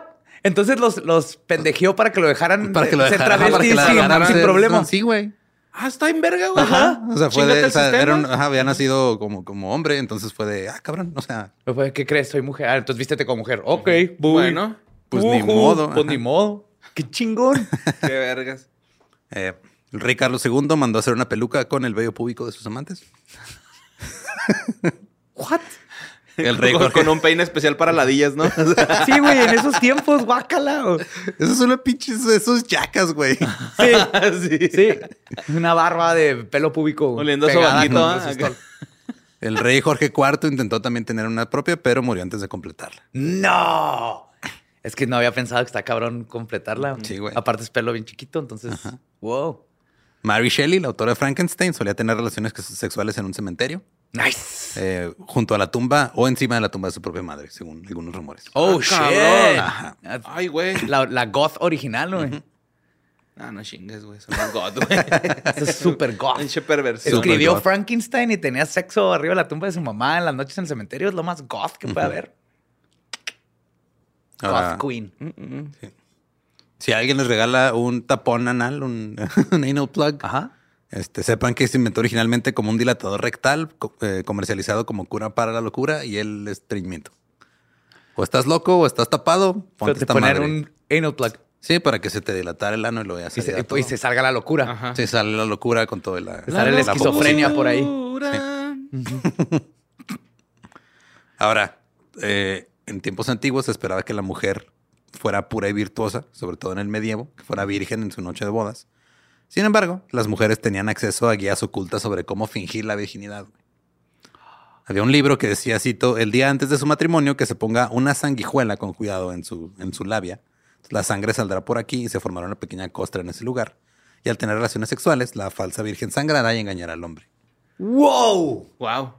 [SPEAKER 3] Entonces los, los pendejeó para que lo dejaran
[SPEAKER 4] Para que lo
[SPEAKER 3] ser
[SPEAKER 4] dejaran,
[SPEAKER 3] travesti
[SPEAKER 4] para que la
[SPEAKER 3] sin,
[SPEAKER 4] dejaran
[SPEAKER 3] sin
[SPEAKER 4] ser-
[SPEAKER 3] problema.
[SPEAKER 4] Sí, güey.
[SPEAKER 2] Ah, está en verga, güey.
[SPEAKER 4] Ajá. O sea, fue
[SPEAKER 2] Chíngate
[SPEAKER 4] de,
[SPEAKER 2] el
[SPEAKER 4] o sea,
[SPEAKER 2] sistema.
[SPEAKER 4] era un- ajá, había nacido como, como hombre, entonces fue de, ah, cabrón, o sea,
[SPEAKER 3] Pues, pues, ¿Qué crees? Soy mujer. Ah, entonces vístete como mujer. Ok, bui.
[SPEAKER 2] Bueno,
[SPEAKER 4] pues ni
[SPEAKER 3] Ujú,
[SPEAKER 4] modo.
[SPEAKER 3] Pues
[SPEAKER 4] ajá.
[SPEAKER 3] ni modo. Qué chingón.
[SPEAKER 2] qué vergas.
[SPEAKER 4] Eh, el rey Carlos II mandó a hacer una peluca con el vello púbico de sus amantes.
[SPEAKER 3] ¿What?
[SPEAKER 4] El rey
[SPEAKER 2] con,
[SPEAKER 4] Jorge.
[SPEAKER 2] con un peine especial para ladillas, ¿no? O sea,
[SPEAKER 3] Sí, güey, en esos tiempos, guácala.
[SPEAKER 4] Esos son los pinches, esos yacas, güey.
[SPEAKER 3] Sí,
[SPEAKER 2] sí.
[SPEAKER 3] sí. Una barba de pelo púbico.
[SPEAKER 2] Oliendo a
[SPEAKER 3] pegada
[SPEAKER 2] sobaquito,
[SPEAKER 3] con
[SPEAKER 2] ¿ah?
[SPEAKER 3] un resistol.
[SPEAKER 4] El rey Jorge IV intentó también tener una propia, pero murió antes de completarla.
[SPEAKER 3] ¡No! Es que no había pensado que está cabrón completarla.
[SPEAKER 4] Sí, güey.
[SPEAKER 3] Aparte es pelo bien chiquito, entonces. Wow.
[SPEAKER 4] Mary Shelley, la autora de Frankenstein, solía tener relaciones sexuales en un cementerio,
[SPEAKER 3] Nice.
[SPEAKER 4] eh, junto a la tumba o encima de la tumba de su propia madre, según algunos rumores.
[SPEAKER 3] Oh,
[SPEAKER 2] Ah,
[SPEAKER 3] shit.
[SPEAKER 4] cabrón.
[SPEAKER 3] Ah,
[SPEAKER 2] Ay, güey.
[SPEAKER 3] La, la goth original, güey.
[SPEAKER 2] Ah, no chingues, güey. Son los god, güey.
[SPEAKER 3] Esa es súper goth.
[SPEAKER 2] Pinche perversión.
[SPEAKER 4] Súper
[SPEAKER 3] Escribió
[SPEAKER 4] goth.
[SPEAKER 3] Frankenstein y tenía sexo arriba de la tumba de su mamá en las noches en el cementerio. Es lo más goth que puede haber.
[SPEAKER 4] Ahora,
[SPEAKER 3] Goth queen.
[SPEAKER 2] Mm,
[SPEAKER 4] si alguien les regala un tapón anal, un, un anal plug,
[SPEAKER 3] Ajá.
[SPEAKER 4] Este, sepan que se inventó originalmente como un dilatador rectal, co- eh, comercializado como cura para la locura y el estreñimiento. O estás loco o estás tapado, ponte
[SPEAKER 3] Pero te
[SPEAKER 4] esta
[SPEAKER 3] poner
[SPEAKER 4] madre.
[SPEAKER 3] un anal plug
[SPEAKER 4] Sí, para que se te dilatara el ano y lo veas.
[SPEAKER 3] y se, y se salga la locura.
[SPEAKER 2] Ajá.
[SPEAKER 4] Sí, sale la locura con todo la...
[SPEAKER 3] Sale la esquizofrenia por ahí.
[SPEAKER 4] Ahora, eh, en tiempos antiguos se esperaba que la mujer fuera pura y virtuosa, sobre todo en el medievo, que fuera virgen en su noche de bodas. Sin embargo, las mujeres tenían acceso a guías ocultas sobre cómo fingir la virginidad. güey. Había un libro que decía, cito, el día antes de su matrimonio que se ponga una sanguijuela con cuidado en su, en su labia. La sangre saldrá por aquí y se formará una pequeña costra en ese lugar. Y al tener relaciones sexuales, la falsa virgen sangrará y engañará al hombre.
[SPEAKER 3] ¡Wow!
[SPEAKER 2] Wow.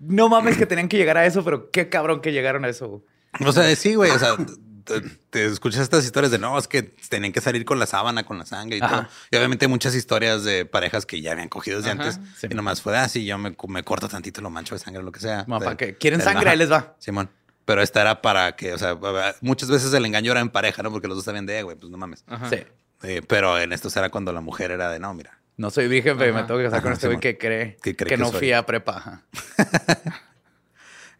[SPEAKER 3] No mames que tenían que llegar a eso, pero qué cabrón que llegaron a eso. güey.
[SPEAKER 4] O sea, sí, güey. O sea, te, te escuchas estas historias de no, es que tenían que salir con la sábana, con la sangre y
[SPEAKER 3] Ajá.
[SPEAKER 4] todo. Y obviamente hay muchas historias de parejas que ya habían cogido desde antes.
[SPEAKER 3] sí.
[SPEAKER 4] Y nomás fue así, yo me, me corto tantito, lo mancho de sangre, lo que sea.
[SPEAKER 3] Como
[SPEAKER 4] De-
[SPEAKER 3] para que quieren
[SPEAKER 4] del-
[SPEAKER 3] sangre,
[SPEAKER 4] ajá.
[SPEAKER 3] ahí les va.
[SPEAKER 4] Simón. Pero esta era para que, o sea, muchas veces el engaño era en pareja, ¿no? Porque los dos sabían de, "Eh, güey, pues no mames.
[SPEAKER 3] Sí.
[SPEAKER 4] Eh, pero en estos era cuando la mujer era de, no, mira,
[SPEAKER 3] No soy virgen, pero me
[SPEAKER 2] Ajá.
[SPEAKER 3] tengo que casar con
[SPEAKER 4] Ajá,
[SPEAKER 3] este güey
[SPEAKER 4] Simón.
[SPEAKER 3] que cree que,
[SPEAKER 4] Que cree que
[SPEAKER 3] no
[SPEAKER 4] soy.
[SPEAKER 3] fui a prepa. Ajá.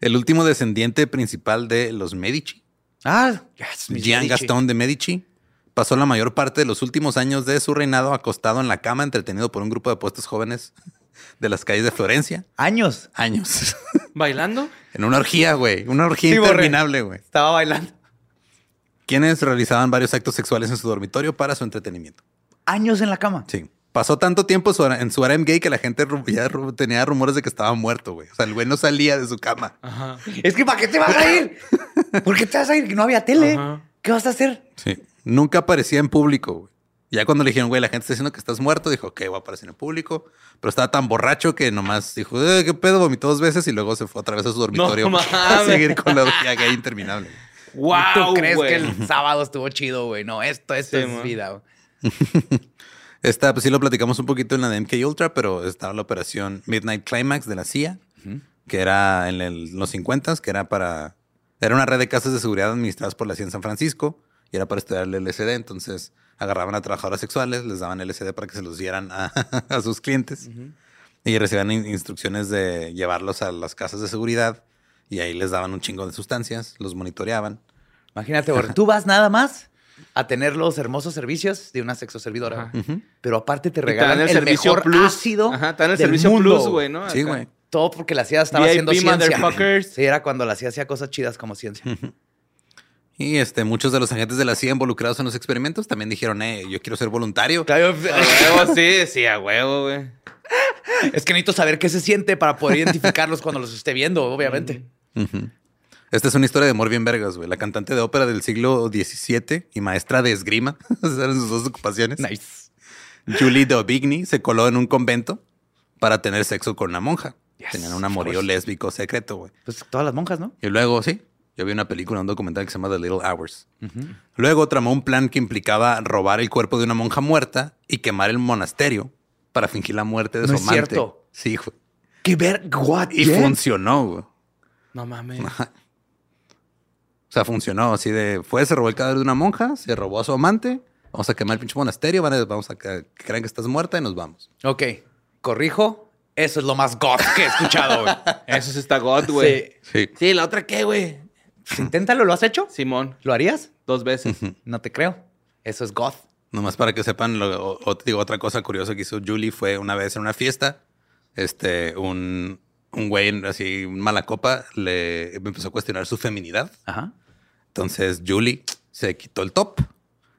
[SPEAKER 4] El último descendiente principal de los Medici,
[SPEAKER 3] Ah, yes, mis
[SPEAKER 4] Gian
[SPEAKER 3] Medici.
[SPEAKER 4] Gastón de Medici, pasó la mayor parte de los últimos años de su reinado acostado en la cama, entretenido por un grupo de apuestos jóvenes de las calles de Florencia.
[SPEAKER 3] Años.
[SPEAKER 4] Años.
[SPEAKER 2] ¿Bailando?
[SPEAKER 4] en una orgía, güey. Una orgía
[SPEAKER 3] Sí, borré.
[SPEAKER 4] interminable, güey.
[SPEAKER 3] Estaba bailando.
[SPEAKER 4] Quienes realizaban varios actos sexuales en su dormitorio para su entretenimiento.
[SPEAKER 3] Años en la cama.
[SPEAKER 4] Sí. Pasó tanto tiempo su- en su harem gay que la gente ru- ya ru- tenía rumores de que estaba muerto, güey. O sea, el güey no salía de su cama.
[SPEAKER 2] Ajá.
[SPEAKER 3] Es que ¿para qué te vas a ir? ¿Por qué te vas a ir? Que no había tele.
[SPEAKER 2] Ajá.
[SPEAKER 3] ¿Qué vas a hacer?
[SPEAKER 4] Sí. Nunca aparecía en público, güey. Ya cuando le dijeron, güey, la gente está diciendo que estás muerto, dijo, ok, voy a aparecer en público. Pero estaba tan borracho que nomás dijo, eh, qué pedo, vomitó dos veces y luego se fue otra vez a su dormitorio
[SPEAKER 2] No
[SPEAKER 4] a
[SPEAKER 2] mames.
[SPEAKER 4] seguir con la orgía gay interminable.
[SPEAKER 2] Wow,
[SPEAKER 3] ¿Tú crees
[SPEAKER 2] güey.
[SPEAKER 3] que el sábado estuvo chido, güey? No, esto, esto
[SPEAKER 2] Sí,
[SPEAKER 3] es
[SPEAKER 2] man.
[SPEAKER 3] vida. güey.
[SPEAKER 4] Esta, pues sí lo platicamos un poquito en la de MK Ultra, pero estaba la operación Midnight Climax de la CIA, que era en el- los 50 que era para. Era una red de casas de seguridad administradas por la CIA en San Francisco y era para estudiar el LSD. Entonces agarraban a trabajadoras sexuales, les daban LSD para que se los dieran a, a sus clientes y recibían in- instrucciones de llevarlos a las casas de seguridad y ahí les daban un chingo de sustancias, los monitoreaban.
[SPEAKER 3] Imagínate, güey, tú vas nada más a tener los hermosos servicios de una sexoservidora.
[SPEAKER 2] Ajá.
[SPEAKER 3] güey. Pero aparte te
[SPEAKER 2] Y te dan
[SPEAKER 3] regalan el, mejor ácido
[SPEAKER 2] Ajá, te dan el
[SPEAKER 3] del
[SPEAKER 2] servicio
[SPEAKER 3] mundo,
[SPEAKER 2] plus, güey, ¿no?
[SPEAKER 4] Sí,
[SPEAKER 2] Acá.
[SPEAKER 4] güey.
[SPEAKER 3] Todo porque la CIA estaba
[SPEAKER 2] VIP
[SPEAKER 3] haciendo ciencia.
[SPEAKER 2] motherfuckers.
[SPEAKER 3] Sí, era cuando la CIA hacía cosas chidas como ciencia.
[SPEAKER 4] Y este, muchos de los agentes de la CIA involucrados en los experimentos también dijeron, eh, yo quiero ser voluntario.
[SPEAKER 3] Claro,
[SPEAKER 2] A huevo, sí, sí, a huevo, güey.
[SPEAKER 3] es que necesito saber qué se siente para poder identificarlos cuando los esté viendo, obviamente.
[SPEAKER 4] Ujú. Esta es una historia de amor bien vergas, güey. La cantante de ópera del siglo XVII y maestra de esgrima, esas eran sus dos ocupaciones.
[SPEAKER 3] Nice.
[SPEAKER 4] Julie Dovigny se coló en un convento para tener sexo con una monja.
[SPEAKER 3] Yes,
[SPEAKER 4] Tenían un
[SPEAKER 3] of
[SPEAKER 4] amorío
[SPEAKER 3] course.
[SPEAKER 4] lésbico secreto, güey.
[SPEAKER 3] Pues todas las monjas, ¿no?
[SPEAKER 4] Y luego, sí, yo vi una película, un documental que se llama The Little Hours. Luego tramó un plan que implicaba robar el cuerpo de una monja muerta y quemar el monasterio para fingir la muerte de
[SPEAKER 3] No
[SPEAKER 4] su
[SPEAKER 3] es
[SPEAKER 4] amante.
[SPEAKER 3] cierto.
[SPEAKER 4] Sí, güey.
[SPEAKER 3] ¡Qué ver! ¿What?
[SPEAKER 4] Y funcionó, güey.
[SPEAKER 2] No mames.
[SPEAKER 4] O sea, funcionó así de fue, se robó el cadáver de una monja, se robó a su amante. Vamos a quemar el pinche monasterio, van a- vamos a que que crean que estás muerta y nos vamos.
[SPEAKER 3] Ok, corrijo. Eso es lo más god que he escuchado, güey.
[SPEAKER 2] Eso sí está God, güey.
[SPEAKER 3] Sí.
[SPEAKER 4] Sí.
[SPEAKER 2] Sí, la otra qué, güey.
[SPEAKER 3] Pues inténtalo, ¿lo has hecho?
[SPEAKER 2] Simón,
[SPEAKER 3] ¿Lo harías?
[SPEAKER 2] dos veces.
[SPEAKER 3] No te creo. Eso es goth.
[SPEAKER 4] Nomás para que sepan, lo- o- o- digo, otra cosa curiosa que hizo Julie fue una vez en una fiesta, este, un, un güey en- así, un mala copa, le empezó a cuestionar su feminidad.
[SPEAKER 3] Ajá.
[SPEAKER 4] Entonces Julie se quitó el top,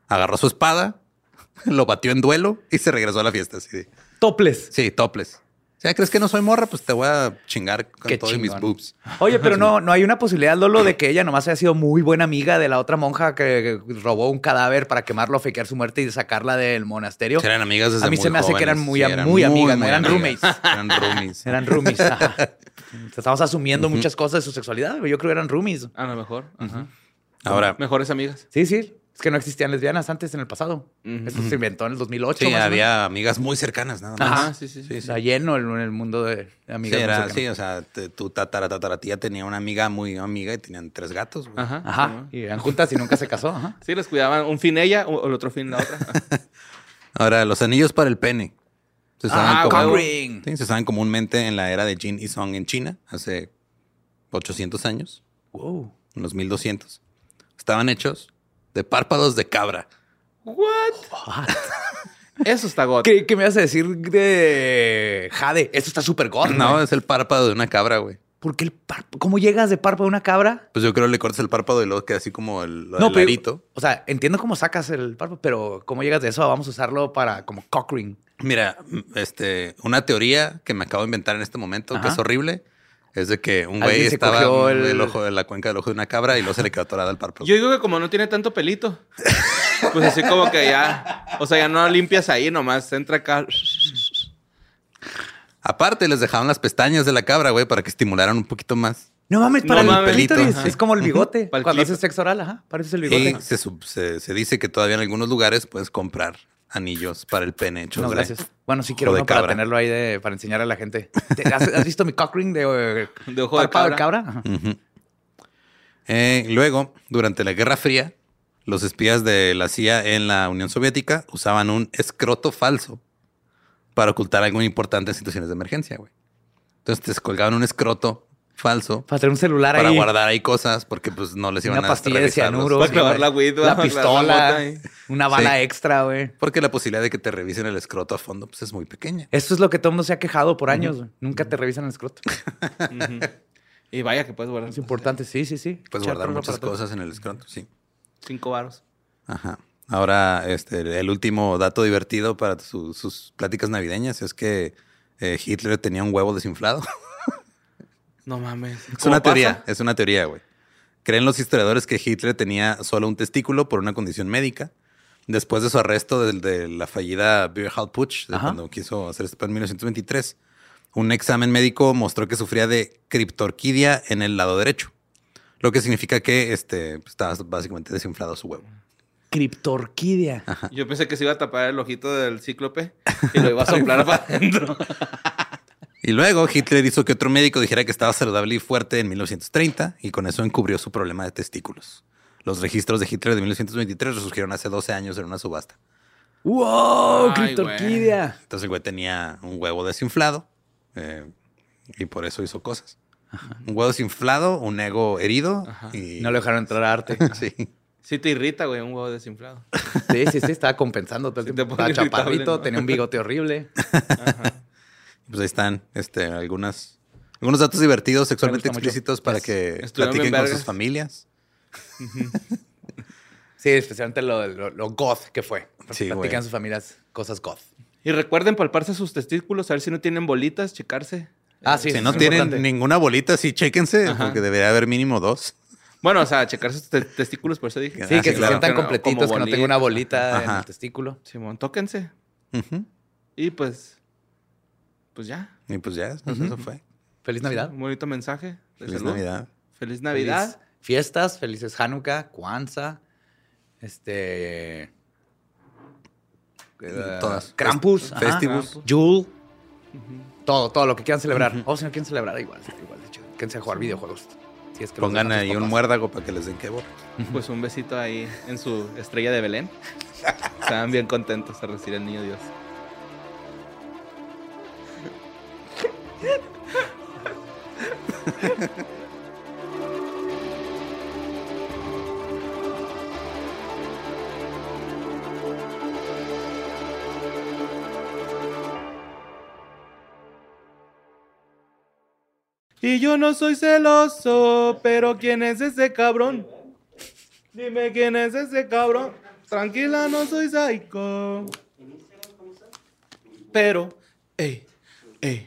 [SPEAKER 4] agarró su espada, lo batió en duelo y se regresó a la fiesta. Así de,
[SPEAKER 3] Toples.
[SPEAKER 4] sí, toples. O sea, ¿crees que no soy morra? Pues te voy a chingar con
[SPEAKER 3] Qué
[SPEAKER 4] todos mis
[SPEAKER 3] chingón.
[SPEAKER 4] boobs.
[SPEAKER 3] Oye, pero no, no hay una posibilidad, Lolo, de que ella nomás haya sido muy buena amiga de la otra monja que que robó un cadáver para quemarlo, fakear su muerte y sacarla del monasterio.
[SPEAKER 4] Sí, Eran amigas desde
[SPEAKER 3] A mí
[SPEAKER 4] muy
[SPEAKER 3] se me hace que eran
[SPEAKER 4] jóvenes.
[SPEAKER 3] muy
[SPEAKER 4] Sí,
[SPEAKER 3] am- muy amigas, no eran
[SPEAKER 4] Eran roomies.
[SPEAKER 3] Eran roomies. ajá. Estamos asumiendo muchas cosas de su sexualidad. güey. Yo creo que eran roomies.
[SPEAKER 2] A lo mejor. Ajá.
[SPEAKER 4] Ahora,
[SPEAKER 2] Mejores amigas.
[SPEAKER 3] Sí, sí. Es que no existían lesbianas antes en el pasado.
[SPEAKER 2] Ujú.
[SPEAKER 3] Esto se inventó en el 2008.
[SPEAKER 4] sí,
[SPEAKER 3] más o menos.
[SPEAKER 4] había amigas muy cercanas, nada más.
[SPEAKER 2] Ajá, sí, sí. sí.
[SPEAKER 3] Está lleno el, el mundo de amigas.
[SPEAKER 4] Sí, era-
[SPEAKER 3] mexicanas.
[SPEAKER 4] sí, o sea, te- tu tatara tataratía tenía una amiga muy amiga y tenían tres gatos. güey.
[SPEAKER 2] Ajá.
[SPEAKER 3] Ajá.
[SPEAKER 2] Simón.
[SPEAKER 3] Y eran juntas y nunca se casó. Ajá.
[SPEAKER 2] Sí, les cuidaban un fin ella o o el otro fin la otra.
[SPEAKER 4] Ahora, los anillos para el pene. Se usaban,
[SPEAKER 3] Ah,
[SPEAKER 4] como-
[SPEAKER 3] cock ring.
[SPEAKER 4] Sí, se usaban comúnmente en la era de Jin y Song en China, hace 800 años,
[SPEAKER 3] Wow.
[SPEAKER 4] unos 1200. Estaban hechos de párpados de cabra.
[SPEAKER 2] What? Eso está God.
[SPEAKER 3] ¿Qué, qué me vas a decir de Jade? Esto está súper gordo.
[SPEAKER 4] No, es el párpado de una cabra, güey.
[SPEAKER 3] ¿Por qué el párpado? ¿Cómo llegas de párpado a una cabra?
[SPEAKER 4] Pues yo creo que le cortas el párpado y luego queda así como el, el
[SPEAKER 3] pero-
[SPEAKER 4] arito.
[SPEAKER 3] O sea, entiendo cómo sacas el párpado, pero ¿cómo llegas de eso? a Vamos a usarlo para como cockring.
[SPEAKER 4] Mira, mm, este, una teoría que me acabo de inventar en este momento, que
[SPEAKER 3] Ajá.
[SPEAKER 4] es horrible, es de que un
[SPEAKER 3] Alguien
[SPEAKER 4] güey
[SPEAKER 3] se
[SPEAKER 4] estaba
[SPEAKER 3] cogió
[SPEAKER 4] en
[SPEAKER 3] el-
[SPEAKER 4] el ojo de la cuenca del ojo de una cabra y luego se le quedó atorada el párpado.
[SPEAKER 2] Yo digo que como no tiene tanto pelito, pues así como que ya, o sea, ya no limpias ahí, nomás entra acá.
[SPEAKER 4] Aparte, les dejaban las pestañas de la cabra, güey, para que estimularan un poquito más.
[SPEAKER 3] No mames,
[SPEAKER 2] No
[SPEAKER 3] para el
[SPEAKER 2] mames.
[SPEAKER 3] clítoris.
[SPEAKER 2] Ajá.
[SPEAKER 3] Es como el bigote.
[SPEAKER 2] Para el
[SPEAKER 3] Cuando
[SPEAKER 2] clítoris.
[SPEAKER 3] haces sexo oral, ajá, pareces el
[SPEAKER 4] Y
[SPEAKER 3] bigote.
[SPEAKER 4] se, sub- se- se dice que todavía en algunos lugares puedes comprar anillos para el pene hecho.
[SPEAKER 3] No,
[SPEAKER 4] de-
[SPEAKER 3] gracias. Bueno, sí
[SPEAKER 4] O
[SPEAKER 3] quiero
[SPEAKER 4] de
[SPEAKER 3] uno para
[SPEAKER 4] cabra.
[SPEAKER 3] tenerlo ahí de- para enseñar a la gente. ¿Te- ¿Has, has visto mi cockring de, eh,
[SPEAKER 2] De ojo de
[SPEAKER 3] párpado
[SPEAKER 2] cabra.
[SPEAKER 3] Ajá.
[SPEAKER 4] Ujú. Eh, luego, durante la Guerra Fría, los espías de la CIA en la Unión Soviética usaban un escroto falso para ocultar algo importante en situaciones de emergencia, güey. Entonces te descolgaban un escroto falso
[SPEAKER 3] Para tener un celular
[SPEAKER 4] para
[SPEAKER 3] ahí.
[SPEAKER 4] guardar ahí cosas porque pues no les iban
[SPEAKER 3] Una
[SPEAKER 4] a
[SPEAKER 3] pastilla de
[SPEAKER 4] revisar los-
[SPEAKER 3] cianuro.
[SPEAKER 2] Para
[SPEAKER 3] sí,
[SPEAKER 2] clavar
[SPEAKER 3] güey.
[SPEAKER 2] la weed,
[SPEAKER 3] La
[SPEAKER 2] para
[SPEAKER 3] pistola.
[SPEAKER 2] clavar la mota
[SPEAKER 3] una bala
[SPEAKER 4] Sí.
[SPEAKER 3] extra, güey.
[SPEAKER 4] Porque la posibilidad de que te revisen el escroto a fondo pues es muy pequeña.
[SPEAKER 3] Esto es lo que todo el mundo se ha quejado por años. güey. Nunca te revisan el escroto.
[SPEAKER 2] Ujú. Y vaya que puedes guardar
[SPEAKER 3] Es importante. Sí, sí, sí.
[SPEAKER 4] Puedes
[SPEAKER 3] Echar
[SPEAKER 4] guardar
[SPEAKER 3] todo
[SPEAKER 4] muchas
[SPEAKER 3] para todo.
[SPEAKER 4] cosas en el escroto, sí.
[SPEAKER 2] cinco varos.
[SPEAKER 4] Ajá. Ahora, este, el último dato divertido para su- sus pláticas navideñas es que eh, Hitler tenía un huevo desinflado.
[SPEAKER 2] No mames.
[SPEAKER 4] es una
[SPEAKER 2] ¿Cómo pasa?
[SPEAKER 4] teoría, es una teoría, güey. Creen los historiadores que Hitler tenía solo un testículo por una condición médica. Después de su arresto del- de, la fallida Birhal Putsch, de
[SPEAKER 3] Ajá.
[SPEAKER 4] cuando quiso hacer este plan en 1923, un examen médico mostró que sufría de criptorquidia en el lado derecho. Lo que significa que este, pues, estaba básicamente desinflado su huevo.
[SPEAKER 3] Criptorquidia.
[SPEAKER 2] Yo pensé que se iba a tapar el ojito del cíclope y lo iba a soplar para adentro.
[SPEAKER 4] Y luego Hitler hizo que otro médico dijera que estaba saludable y fuerte en 1930 y con eso encubrió su problema de testículos. Los registros de Hitler de 1923 resurgieron hace 12 años en una subasta.
[SPEAKER 3] ¡Wow!
[SPEAKER 2] Ay,
[SPEAKER 3] Criptorquidia.
[SPEAKER 4] Entonces el güey tenía un huevo desinflado eh, y por eso hizo cosas. Un huevo desinflado, un ego herido y...
[SPEAKER 3] No le dejaron entrar a arte.
[SPEAKER 4] Sí.
[SPEAKER 2] Sí te irrita, güey, un huevo desinflado.
[SPEAKER 3] Sí, sí, sí. Estaba compensando todo el
[SPEAKER 2] Sí, te
[SPEAKER 3] tiempo.
[SPEAKER 2] pone
[SPEAKER 3] Estaba
[SPEAKER 2] irritable,
[SPEAKER 3] chaparrito,
[SPEAKER 2] ¿no?
[SPEAKER 3] tenía un bigote horrible.
[SPEAKER 4] Pues ahí están este, algunas, algunos datos divertidos, sexualmente
[SPEAKER 3] mucho.
[SPEAKER 4] explícitos para
[SPEAKER 3] Yes.
[SPEAKER 4] que
[SPEAKER 2] Estuvieron bien
[SPEAKER 4] platiquen con
[SPEAKER 2] vergas.
[SPEAKER 4] sus familias.
[SPEAKER 3] Sí, especialmente lo, lo, lo goth que fue.
[SPEAKER 4] Sí, güey.
[SPEAKER 3] Platican sus familias cosas goth.
[SPEAKER 2] Y recuerden palparse sus testículos, a ver si no tienen bolitas, checarse.
[SPEAKER 3] Ah, sí.
[SPEAKER 4] si
[SPEAKER 3] eso
[SPEAKER 4] no
[SPEAKER 3] es
[SPEAKER 4] tienen
[SPEAKER 3] importante.
[SPEAKER 4] ninguna bolita, sí, chéquense,
[SPEAKER 2] Ajá.
[SPEAKER 4] porque debería haber mínimo dos.
[SPEAKER 2] Bueno, o sea, checarse sus te- testículos, por eso dije.
[SPEAKER 4] Ah,
[SPEAKER 3] Sí, que
[SPEAKER 4] sí,
[SPEAKER 3] se
[SPEAKER 4] claro.
[SPEAKER 3] sientan
[SPEAKER 2] Que no-
[SPEAKER 3] completitos,
[SPEAKER 2] como
[SPEAKER 3] que no tenga una
[SPEAKER 2] bolitas.
[SPEAKER 3] bolita en
[SPEAKER 4] Ajá.
[SPEAKER 3] el testículo.
[SPEAKER 2] Simón, tóquense.
[SPEAKER 4] Ujú.
[SPEAKER 2] Y pues, pues ya.
[SPEAKER 4] Y pues ya, eso, eso fue.
[SPEAKER 3] Feliz Navidad.
[SPEAKER 2] Un bonito mensaje. de
[SPEAKER 4] Feliz
[SPEAKER 2] salud.
[SPEAKER 4] Navidad.
[SPEAKER 2] Feliz Navidad.
[SPEAKER 3] Feliz fiestas, felices Hanukkah, Kwanzaa, este. eh,
[SPEAKER 4] Todas.
[SPEAKER 3] Krampus,
[SPEAKER 4] Fest-
[SPEAKER 3] ajá,
[SPEAKER 4] Festivus.
[SPEAKER 2] Krampus.
[SPEAKER 3] Yule. Todo, todo lo que quieran celebrar. O si no quieren celebrar, igual, igual de chido. Quédense a jugar videojuegos. Si es que los
[SPEAKER 4] Pongan
[SPEAKER 3] dejan sus
[SPEAKER 4] ahí un
[SPEAKER 3] papás.
[SPEAKER 4] muérdago para que les den quebo.
[SPEAKER 2] Pues un besito ahí en su estrella de Belén. Estaban bien contentos de recibir al niño Dios. Y yo no soy celoso, pero ¿quién es ese cabrón? Dime quién es ese cabrón. Tranquila, no soy psycho. Pero, eh, ey, ey.